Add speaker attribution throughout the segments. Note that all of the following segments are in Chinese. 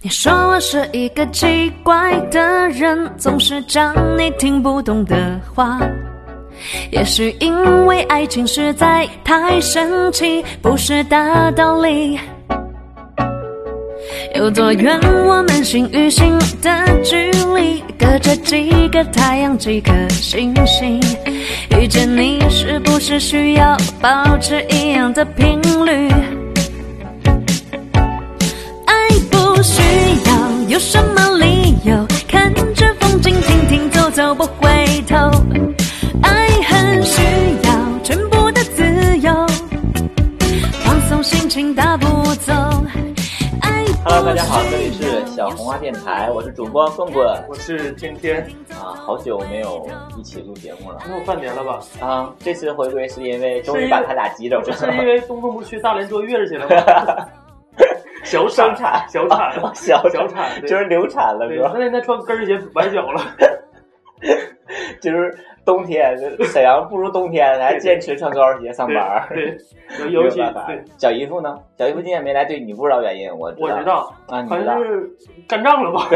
Speaker 1: 你说我是一个奇怪的人，总是讲你听不懂的话。也许因为爱情实在太神奇，不是大道理。有多远？我们心与心的距离，隔着几个太阳，几颗星星。遇见你是不是需要保持一样的频率？爱不需要有什么理由？看着风景，停停走走，不回头。爱很需要全部的自由，放松心情，大步走。爱
Speaker 2: Hello，大家好，这里是小红花电台，我是主播棍棍
Speaker 3: 我是天天，
Speaker 2: 啊，好久没有一起录节目了
Speaker 3: 有半年了吧？
Speaker 2: 啊，这次回归是因为终于把他俩急着了，
Speaker 3: 是因为东风不去，大连坐月子去 了吗？小
Speaker 2: 生
Speaker 3: 产，
Speaker 2: 产，
Speaker 3: 小产
Speaker 2: 小
Speaker 3: 小
Speaker 2: 产
Speaker 3: 产，对
Speaker 2: 就是流产了，
Speaker 3: 对，
Speaker 2: 哥
Speaker 3: 他，那天穿跟儿鞋崴脚 了，
Speaker 2: 就是冬天，沈阳不如冬天，还坚持穿高跟鞋上
Speaker 3: 对
Speaker 2: 班儿，
Speaker 3: 对，
Speaker 2: 没
Speaker 3: 尤
Speaker 2: 有
Speaker 3: 其
Speaker 2: 办法
Speaker 3: 对，。
Speaker 2: 小姨夫呢？小姨夫今天没来，对你不知道原因，我
Speaker 3: 我知道，
Speaker 2: 啊，你
Speaker 3: 好
Speaker 2: 知道
Speaker 3: 像，是干仗了吧？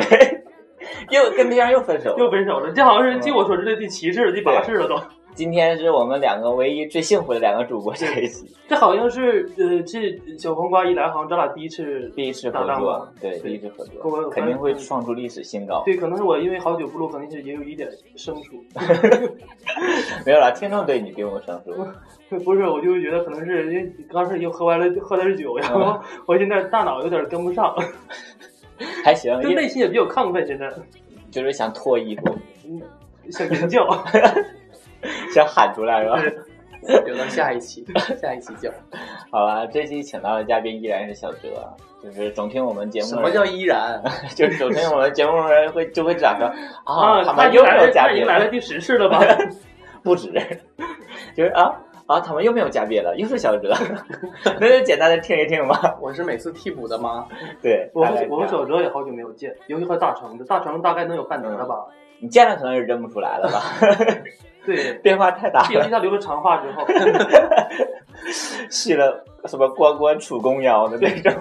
Speaker 2: 又跟对象又分手了，
Speaker 3: 又分手了，这好像
Speaker 2: 嗯
Speaker 3: 是据我所知的第七次、第八次了都。
Speaker 2: 今天是我们两个唯一最幸福的两个主播在一起，
Speaker 3: 这好像是呃，这小黄瓜一来，好像咱俩第一次，
Speaker 2: 第一次合
Speaker 3: 搭档
Speaker 2: 作
Speaker 3: 吧，
Speaker 2: 对，
Speaker 3: 对
Speaker 2: 第一次合
Speaker 3: 跟我
Speaker 2: 作，
Speaker 3: 有
Speaker 2: 肯定会创出历史新高。
Speaker 3: 对，可能是我因为好久不录，可能是也有一点生疏。
Speaker 2: 没有了，听众对你并不生 疏，
Speaker 3: 不是，我就觉得可能是因为刚是又喝完了喝点酒，然后我现在大脑有点跟不上，
Speaker 2: 还行，
Speaker 3: 就
Speaker 2: 因为
Speaker 3: 内心也比较亢奋，现在
Speaker 2: 就是想脱衣服，
Speaker 3: 想尖叫。
Speaker 2: 想喊出来是吧？
Speaker 4: 留到下一期，下一期讲。
Speaker 2: 好吧，这期请到的嘉宾依然是小哲，就是总听我们节目
Speaker 4: 什
Speaker 2: 的人，
Speaker 4: 么叫依然？
Speaker 2: 就是总听我们节目的人会就会想 说啊，
Speaker 3: 啊，
Speaker 2: 他
Speaker 3: 他
Speaker 2: 们
Speaker 3: 已经
Speaker 2: 又
Speaker 3: 来
Speaker 2: 没
Speaker 3: 了
Speaker 2: 有，嘉
Speaker 3: 他已
Speaker 2: 宾
Speaker 3: 经来了第十次了吧？
Speaker 2: 不止， 就是啊啊，他们又没有嘉宾了，又是小 哲，那就简单的听一听吧。
Speaker 4: 我是每次替补的吗？
Speaker 2: 对，
Speaker 3: 我
Speaker 2: 大概
Speaker 3: 们
Speaker 2: 这
Speaker 3: 我们
Speaker 2: 样
Speaker 3: 小哲也好久没有见，尤其和大成的，大成大概能有半年了吧？
Speaker 2: 你见了可能是认不出来了 吧，
Speaker 3: 对，
Speaker 2: 变化太大
Speaker 3: 尤
Speaker 2: 了
Speaker 3: 其，他留了长发之后，
Speaker 2: 系了什么关关楚公腰的那种。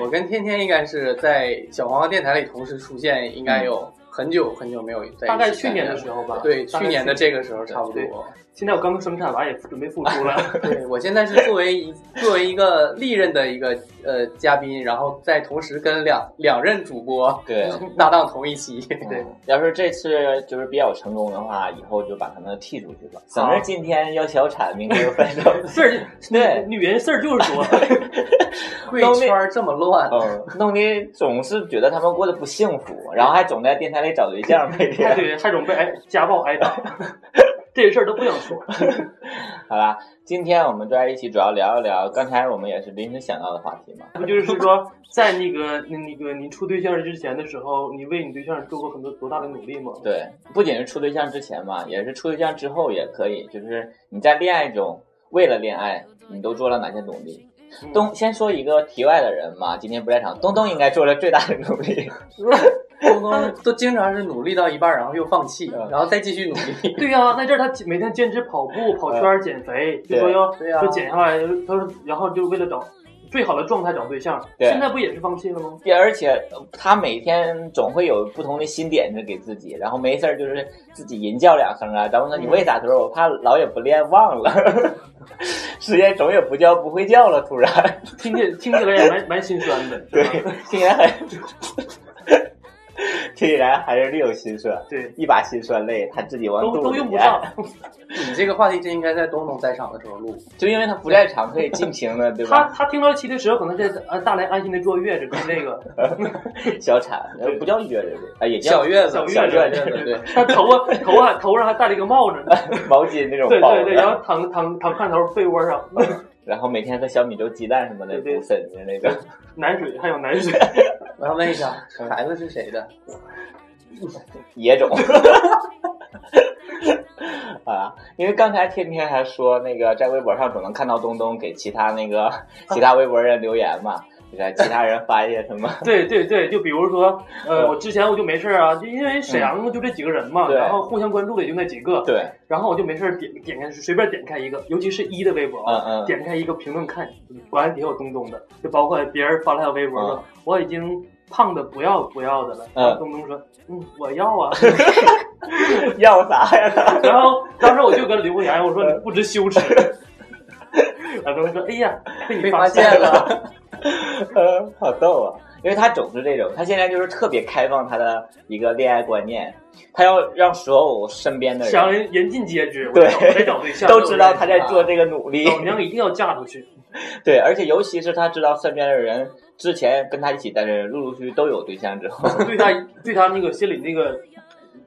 Speaker 4: 我跟天天应该是在小黄瓜电台里同时出现，应该有很久很久没有在一起
Speaker 3: 大概去年的
Speaker 4: 见面
Speaker 3: 时候吧
Speaker 4: 了。。对，
Speaker 3: 大概
Speaker 4: 去年的这个时候差不
Speaker 3: 对
Speaker 4: 多。
Speaker 3: 现在我刚生产完，也准备复出了。
Speaker 4: 对，我现在是作为一作为一个历任的一个呃嘉宾，然后再同时跟两两任主 播
Speaker 2: 对，
Speaker 4: 搭档同一期。对，
Speaker 2: 嗯要是这次就是比较成功的话，以后就把他们踢出去吧。省着今天要小产，明天又分 手。
Speaker 3: 事儿，
Speaker 2: 对
Speaker 3: 女人事儿就是多。
Speaker 4: 贵圈儿这么 乱，
Speaker 2: 嗯，弄得总是觉得他们过得不幸福，然后还总在电台里找 对象配
Speaker 3: 哎
Speaker 2: 天。
Speaker 3: 对，还总被挨家暴挨打，这事儿都不想说。
Speaker 2: 好啦，今天我们坐在一起主要聊一聊刚才我们也是临时想到的话题嘛。
Speaker 3: 不就是说，在那个那那个你处对象之前的时候，你为你对象做过很多多大的努力吗？
Speaker 2: 对，不仅是处对象之前嘛，也是处对象之后也可以。就是你在恋爱中，为了恋爱，你都做了哪些努力？
Speaker 3: 嗯
Speaker 2: 东先说一个题外的人嘛，今天不在场，东东应该做了最大的努力。
Speaker 4: 东东都经常是努力到一半儿，然后又放弃，
Speaker 2: 嗯
Speaker 4: 然后再继续努 力。
Speaker 3: 对呀、那阵儿他每天坚持跑步、跑圈儿、减肥，就说要
Speaker 4: 对呀
Speaker 3: 就减下来，他说然后就为了找最好的状态找对象，
Speaker 2: 对
Speaker 3: 现在不也是放弃了吗？
Speaker 2: 也而且呃他每天总会有不同的新点子给自己，然后没事儿就是自己吟叫两声啊。咱们说你为啥？
Speaker 4: 嗯
Speaker 2: 他说我怕老也不练忘了， 时间总也不叫不会叫了，突 然
Speaker 3: 听起听起来也蛮蛮心酸的，
Speaker 2: 对
Speaker 3: 是吧？，
Speaker 2: 听起来还 听起来还是略有心酸。
Speaker 3: 对，
Speaker 2: 一把辛酸泪，他自己往
Speaker 3: 都
Speaker 2: 肚
Speaker 3: 都
Speaker 2: 里
Speaker 3: 用不
Speaker 2: 咽
Speaker 3: 上，
Speaker 4: 你这个话题真应该在东东在场的时候录。
Speaker 2: 就因为他不在场，可以尽情的，对
Speaker 3: 他
Speaker 2: 吧？
Speaker 3: 他听到期的时候，可能在呃大连安心的坐月子，跟那个
Speaker 2: 小产呃不叫月月，啊也叫
Speaker 4: 小月子，
Speaker 3: 小
Speaker 2: 月
Speaker 4: 月
Speaker 2: 子
Speaker 4: 子，对，
Speaker 3: 他头啊头啊头上还戴了一个帽子 呢，
Speaker 2: 毛巾那种
Speaker 3: 对
Speaker 2: 包
Speaker 3: 对对，然
Speaker 2: 着，
Speaker 3: 后躺躺躺炕头被窝上，嗯
Speaker 2: 然后每天喝小米粥、鸡蛋什么的
Speaker 3: 对对
Speaker 2: 补身的那个。
Speaker 3: 奶水还有奶水，
Speaker 4: 我要问一下，孩子是谁的？
Speaker 2: 野种。 啊，因为刚才天天还说那个在微博上总能看到东东给其他那 个其他微博人留言嘛，给他其他人发一些什么，
Speaker 3: 对对对，就比如说，
Speaker 2: 对嗯
Speaker 3: 呃，我之前我就没事儿啊，就因为沈阳就这几个人嘛，
Speaker 2: 对
Speaker 3: 然后互相关注的也就那几个，
Speaker 2: 对，
Speaker 3: 然后我就没事儿点点开随便点开一个，尤其是一的微博啊，
Speaker 2: 嗯 嗯
Speaker 3: 点开一个评论看，果然挺有东东的，就包括别人发了条微博说、我已经胖的不要不要的了，
Speaker 2: 嗯
Speaker 3: 然后东东说，嗯，我要啊，
Speaker 2: 要啥呀？他
Speaker 3: 然后当时我就跟刘国阳我说
Speaker 2: 嗯
Speaker 3: 你不知羞耻，然后东东说，哎呀，被你
Speaker 4: 被发
Speaker 3: 现
Speaker 4: 现了，
Speaker 2: 呃，好逗啊！因为他总是这种，他现在就是特别开放他的一个恋爱观念，他要让所有身边的
Speaker 3: 想
Speaker 2: 人
Speaker 3: 人人尽皆知，我
Speaker 2: 对
Speaker 3: 找谁找对象
Speaker 2: 都知道他在
Speaker 4: 啊
Speaker 2: 做这个努力。
Speaker 3: 老娘一定要嫁出去，
Speaker 2: 对，而且尤其是他知道身边的人之前跟他一起在这人陆陆续续都有对象之后，
Speaker 3: 对他对他那个心里那个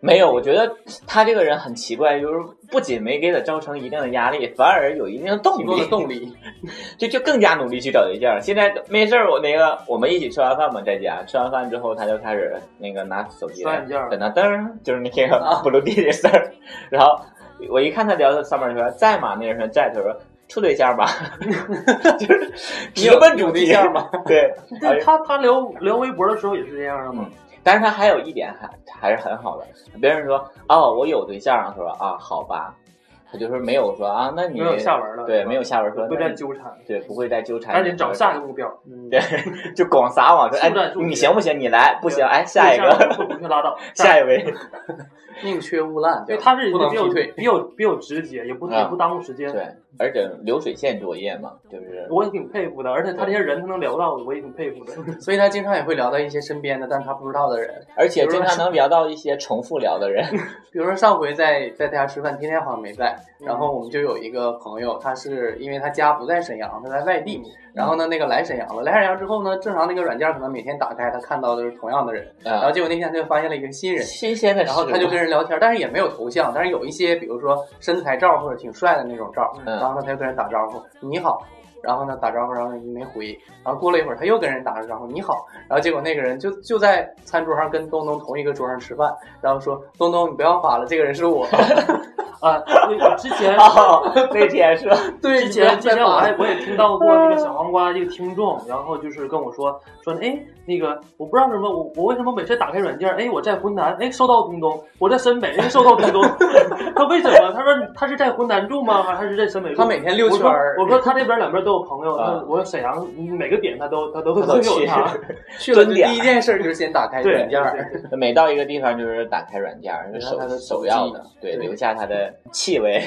Speaker 2: 没有，我觉得他这个人很奇怪，就是不仅没给他造成一定的压力，反而有一定的动
Speaker 4: 提供
Speaker 2: 力
Speaker 4: 了，动力。
Speaker 2: 就就更加努力去找对象。现在没事儿，我那个我们一起吃完饭嘛，在家吃完饭之后，他就开始那个拿手机
Speaker 3: 刷软件儿
Speaker 2: 在那噔儿，就是那个
Speaker 4: 啊
Speaker 2: 不落地的事儿。然后我一看他聊到上面说在吗？那人说在，他说处对象吧， 就是
Speaker 4: 你
Speaker 2: 直
Speaker 4: 有
Speaker 2: 奔主
Speaker 4: 有对
Speaker 2: 题
Speaker 4: 象吗？
Speaker 2: 对，哎
Speaker 3: 对他他聊聊微博的时候也是这样的嘛，
Speaker 2: 但是他还有一点还还是很好的，别人说哦我有对象啊，他说啊好吧，他就说没有说啊那你
Speaker 3: 嗯没有下文了，
Speaker 2: 对没有下文说
Speaker 3: 不
Speaker 2: 那
Speaker 3: 再
Speaker 2: 你
Speaker 3: 纠缠，
Speaker 2: 对不会再纠缠，
Speaker 3: 赶紧找下一个目标，嗯，
Speaker 2: 对， 就广撒网说哎
Speaker 3: 速战速决
Speaker 2: 你行不行你来不行哎下一
Speaker 3: 对
Speaker 2: 个
Speaker 3: 下不去拉倒，
Speaker 2: 下一位
Speaker 4: 宁缺毋滥，
Speaker 3: 对，
Speaker 4: 吧
Speaker 3: 他是
Speaker 4: 不能
Speaker 3: 比较
Speaker 4: 劈腿。
Speaker 3: 比较比较直接，也不
Speaker 2: 啊
Speaker 3: 也不耽误时间。
Speaker 2: 对，而且流水线作业嘛就是
Speaker 3: 我也挺佩服的，而且他这些人他能聊到的，我也挺佩服的。
Speaker 4: 所以他经常也会聊到一些身边的，但他不知道的人。
Speaker 2: 而且经常能聊到一些重复聊的人，
Speaker 4: 比如说上回在在他家吃饭，天天好像没在，然后我们就有一个朋友，他是因为他家不在沈阳，他在外地，然后呢那个来沈阳了，来沈阳之后呢，正常那个软件可能每天打开，他看到的是同样的人，然后
Speaker 2: 啊
Speaker 4: 结果那天他就发现了一个新人。
Speaker 2: 新鲜的事
Speaker 4: 然
Speaker 2: 物，
Speaker 4: 后他就跟人聊天，但是也没有头像，但是有一些，比如说身材照或者挺帅的那种照，
Speaker 2: 嗯
Speaker 4: 然后呢他就跟人打招呼，你好，然后呢打招呼，然后人没回，然后过了一会儿他又跟人打个招呼，你好，然后结果那个人就就在餐桌上跟东东同一个桌上吃饭，然后说东东你不要发了，这个人是 我，
Speaker 3: 啊，我我之前
Speaker 2: 哦那天是吧
Speaker 4: 对，
Speaker 3: 之前
Speaker 4: 你不
Speaker 3: 之
Speaker 4: 要再
Speaker 3: 前我
Speaker 4: 发
Speaker 3: 还
Speaker 4: 了
Speaker 3: 我也听到过那个小黄瓜这个听众，然后就是跟我说说，哎，那个我不知道为什么我我为什么每次打开软件，哎，我在浑南，哎，收到东东，我在深北，哎，收到 东东，他为什么？他说他是在浑南住吗？还是在深北住？
Speaker 4: 他每天溜
Speaker 3: 我
Speaker 4: 圈
Speaker 3: 说
Speaker 4: 儿，
Speaker 3: 我说他这边两边都有朋友，
Speaker 2: 啊
Speaker 3: 他我说沈阳每个点他都他都
Speaker 2: 他都
Speaker 3: 有
Speaker 2: 去
Speaker 3: 他，
Speaker 4: 去了
Speaker 2: 真
Speaker 4: 就
Speaker 2: 点儿
Speaker 4: 第一件事就是先打开
Speaker 3: 对
Speaker 4: 软件儿，
Speaker 3: 对对
Speaker 2: 每到一个地方就是打开软件，
Speaker 4: 留
Speaker 2: 是
Speaker 4: 下他的
Speaker 2: 首
Speaker 4: 手
Speaker 2: 首
Speaker 4: 机
Speaker 2: 要的，对，
Speaker 4: 对
Speaker 2: 留下他的气味。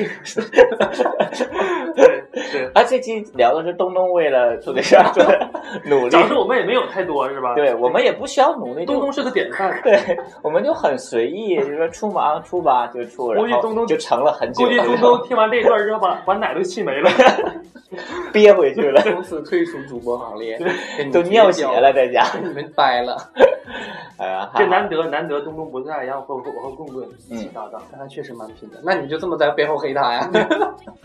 Speaker 3: 对对。
Speaker 2: 啊，这期聊的是东东为了做对象做的努力
Speaker 3: 主，要是我们也没有太多是吧？
Speaker 2: 对我们也不需要努力，
Speaker 3: 东
Speaker 2: 就
Speaker 3: 东是个典范，
Speaker 2: 对，我们就很随意，就说出忙出吧就出，然
Speaker 3: 估计东
Speaker 2: 后
Speaker 3: 东
Speaker 2: 就成了很久
Speaker 3: 估，计东东听完这一段之后把把奶都气没了。
Speaker 2: 憋回去 了，
Speaker 4: 从此退出主播行列，跟你
Speaker 2: 都
Speaker 4: 绝
Speaker 2: 尿血
Speaker 4: 交
Speaker 2: 了，，在家。
Speaker 4: 跟你们掰了。
Speaker 2: 哎呀，哈哈
Speaker 3: 这难得难得东东不在，然后和我和棍棍一起搭档。
Speaker 4: 那他确实蛮拼的，那你就这么在背后黑他 呀？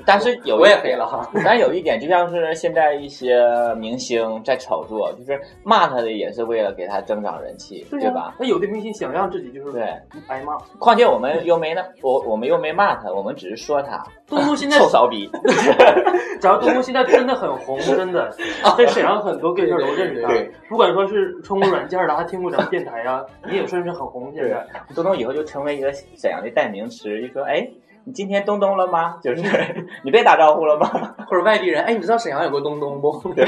Speaker 2: 但是有一
Speaker 4: 我也黑了哈。
Speaker 2: 但有一点，就像是现在一些明星在炒作，就是骂他的也是为了给他增长人气，对
Speaker 3: 呀
Speaker 2: 吧？？
Speaker 3: 那有的明星想让自己就是
Speaker 2: 对，
Speaker 3: 挨 骂，
Speaker 2: 况且我们又没呢，我我们又没骂他，我们只是说他
Speaker 3: 东东现在
Speaker 2: 臭骚逼。
Speaker 3: 主要东东现在真的很红，真 的在沈阳很多 gay
Speaker 4: 对
Speaker 3: 都
Speaker 4: 对对
Speaker 3: 认识他
Speaker 2: 对，
Speaker 3: 不管说是通过软件的，还听过咱们电台啊，你也算是很红现在。
Speaker 2: 东东以后就成为一个沈阳的代名词，就说哎，你今天东东了吗？就是 你被打招呼了吗？
Speaker 4: 或者外地人，哎，你知道沈阳有个东东不？
Speaker 2: 对。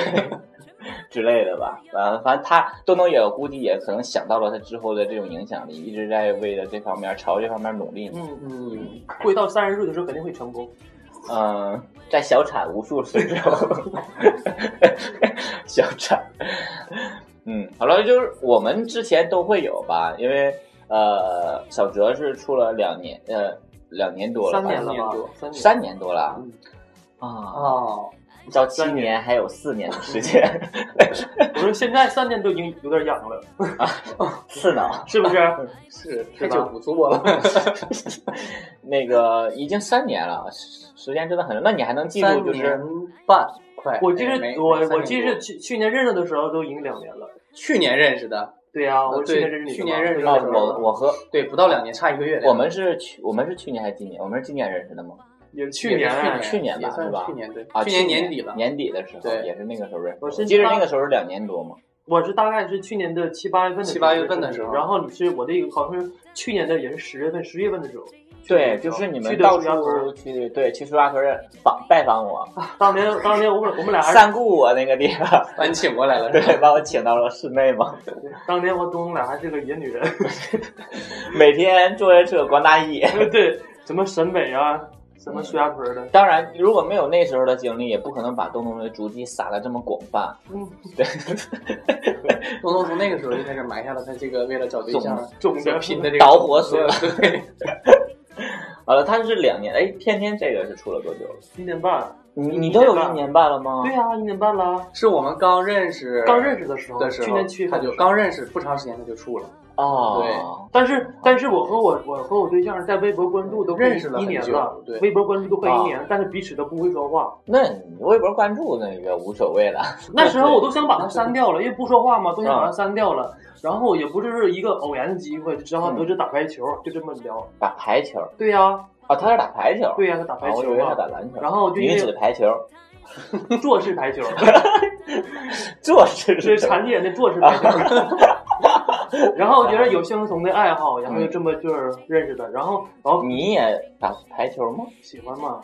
Speaker 2: 之类的吧，呃，反正他东东也估计也可能想到了他之后的这种影响力，一直在为了这方面朝这方面努力。
Speaker 3: 嗯，
Speaker 4: 嗯，
Speaker 3: 会到三十岁的时候肯定会成功。
Speaker 2: 嗯、在小产无数岁之后， 小产，嗯，好了，就是我们之前都会有吧，因为呃，小哲是出了两年，呃，两年多了吧，
Speaker 3: 三年了
Speaker 4: 三年
Speaker 3: 吧
Speaker 4: 多？
Speaker 3: 三年。嗯
Speaker 2: 三年多了啊，
Speaker 4: 哦，
Speaker 2: 到七年还有四年的时间，
Speaker 3: 我说现在三年都已经有点痒了，
Speaker 2: 是呢，
Speaker 3: 是 不是？
Speaker 4: 是
Speaker 3: 是
Speaker 4: 太
Speaker 3: 吧
Speaker 4: 久不做了，
Speaker 2: 那个已经三年了，时时间真的很长。那你还能记住
Speaker 4: 三
Speaker 2: 就
Speaker 4: 年
Speaker 2: 是
Speaker 4: 半快。
Speaker 3: 我记
Speaker 4: 哎
Speaker 3: 得
Speaker 4: 没
Speaker 3: 我
Speaker 4: 三
Speaker 3: 我
Speaker 4: 年
Speaker 3: 记
Speaker 4: 多
Speaker 3: 得去去年认识的时候都已经两年了。
Speaker 4: 去年认识的，
Speaker 3: 对呀、我
Speaker 4: 呃
Speaker 3: 去
Speaker 4: 对
Speaker 3: 年认识你的嘛，
Speaker 4: 去年认识
Speaker 2: 哦，
Speaker 4: 的时候
Speaker 2: 我我和
Speaker 4: 对，不到两年，差一个月。
Speaker 2: 我们是去我们是去年还是今年？我们是今年认识的吗？
Speaker 3: 也是去
Speaker 4: 也是
Speaker 3: 年啊，
Speaker 2: 去年吧
Speaker 4: 也算
Speaker 2: 是吧
Speaker 4: 去年对，
Speaker 2: 啊，
Speaker 4: 去
Speaker 2: 年
Speaker 4: 年底了。
Speaker 2: 年底的时候
Speaker 4: 对
Speaker 2: 也是那个时候认识的。
Speaker 3: 我是
Speaker 2: 记得那个时候是两年多嘛，
Speaker 3: 我是大概是去年的七八月份的时候
Speaker 4: 七八月份的时候
Speaker 3: 然后你是我这个好像是去年的也是十月份、十一月份的时候，
Speaker 2: 对，就是你们
Speaker 3: 去的
Speaker 2: 到
Speaker 3: 朱家
Speaker 2: 处
Speaker 3: 屯
Speaker 2: 去，对，去苏家屯儿访拜访我，
Speaker 3: 当年当年我们我们俩还是
Speaker 2: 三顾我那个地 方，
Speaker 4: 把你请过来了，是吧
Speaker 2: 对，把我请到了室内嘛。
Speaker 3: 当年我东东俩还是个野 女人，
Speaker 2: 每天坐着车逛大衣。
Speaker 3: 对，什么沈北啊，什么苏家屯的，
Speaker 2: 当然，如果没有那时候的经历，也不可能把东东的足迹撒的这么广泛。
Speaker 3: 嗯，
Speaker 2: 对，
Speaker 4: 东东从那个时候就开始埋下了他这个为了找对象
Speaker 3: 总
Speaker 4: 所
Speaker 3: 的
Speaker 4: 拼的这个
Speaker 2: 导火索
Speaker 4: 对，
Speaker 2: 完了，他是两年，哎，天天这个是出了多久了？
Speaker 3: 一年半，
Speaker 2: 你你都有一年半了吗？
Speaker 3: 对啊呀、一年半了，
Speaker 4: 是我们刚认识
Speaker 3: 刚认识的时候，
Speaker 4: 的时候，
Speaker 3: 去年七月
Speaker 4: 他
Speaker 3: 份
Speaker 4: 就刚认识不长时间他就处了，
Speaker 2: 哦，
Speaker 3: 但是，但是我和我我和我对象在微博关注都快
Speaker 4: 认识了
Speaker 3: 一年
Speaker 4: 很久
Speaker 3: 了，
Speaker 4: 对啊
Speaker 3: 微博关注都快一年，但是彼此都不会说话。
Speaker 2: 那你微博关注那个无所谓了。
Speaker 3: 那时候我都想把他删掉了，因为不说话嘛，都想
Speaker 2: 啊
Speaker 3: 把他删掉了。然后也不就是一个偶然的机会，只
Speaker 2: 嗯
Speaker 3: 好得知打排球，就这么聊。
Speaker 2: 打排球
Speaker 3: 对呀、
Speaker 2: 哦，他是打排球。
Speaker 3: 对呀、他打排
Speaker 2: 哦我以
Speaker 3: 球
Speaker 2: 为他
Speaker 3: 嘛，
Speaker 2: 打篮球。
Speaker 3: 然后就因
Speaker 2: 女
Speaker 3: 为
Speaker 2: 子排球，
Speaker 3: 坐 式排球，
Speaker 2: 这是
Speaker 3: 是
Speaker 2: 什么
Speaker 3: 残疾人的坐式排球。 然后觉得有相同的爱好，然后就
Speaker 2: 嗯
Speaker 3: 这么就是认识的，然后然后
Speaker 2: 你也打排球吗？
Speaker 3: 喜欢嘛，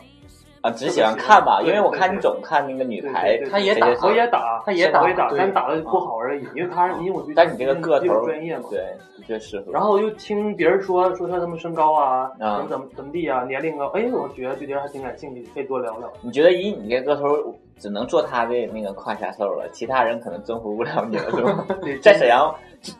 Speaker 2: 啊，只喜欢看吧，
Speaker 3: 对
Speaker 2: 因为我看
Speaker 3: 对
Speaker 2: 你总看那个女
Speaker 3: 对
Speaker 2: 排
Speaker 3: 对，对
Speaker 4: 他也
Speaker 2: 这
Speaker 4: 打
Speaker 2: 些
Speaker 3: 我也打，
Speaker 4: 他也打
Speaker 3: 我也打，
Speaker 4: 对
Speaker 3: 但打的不好而已，因为他因为我对象
Speaker 2: 但你这个个头
Speaker 3: 比较专业嘛，
Speaker 2: 对，的确适合。
Speaker 3: 然后又听别人说说他什么身高啊，怎
Speaker 2: 啊
Speaker 3: 么怎么怎么地啊，年龄啊，哎，我觉得对这人还挺感兴趣，可以多聊聊。
Speaker 2: 你觉得以你这个头儿，只能做他的那个胯下兽了，其他人可能征服不了你了，是 吗？
Speaker 3: 对，
Speaker 2: 在沈阳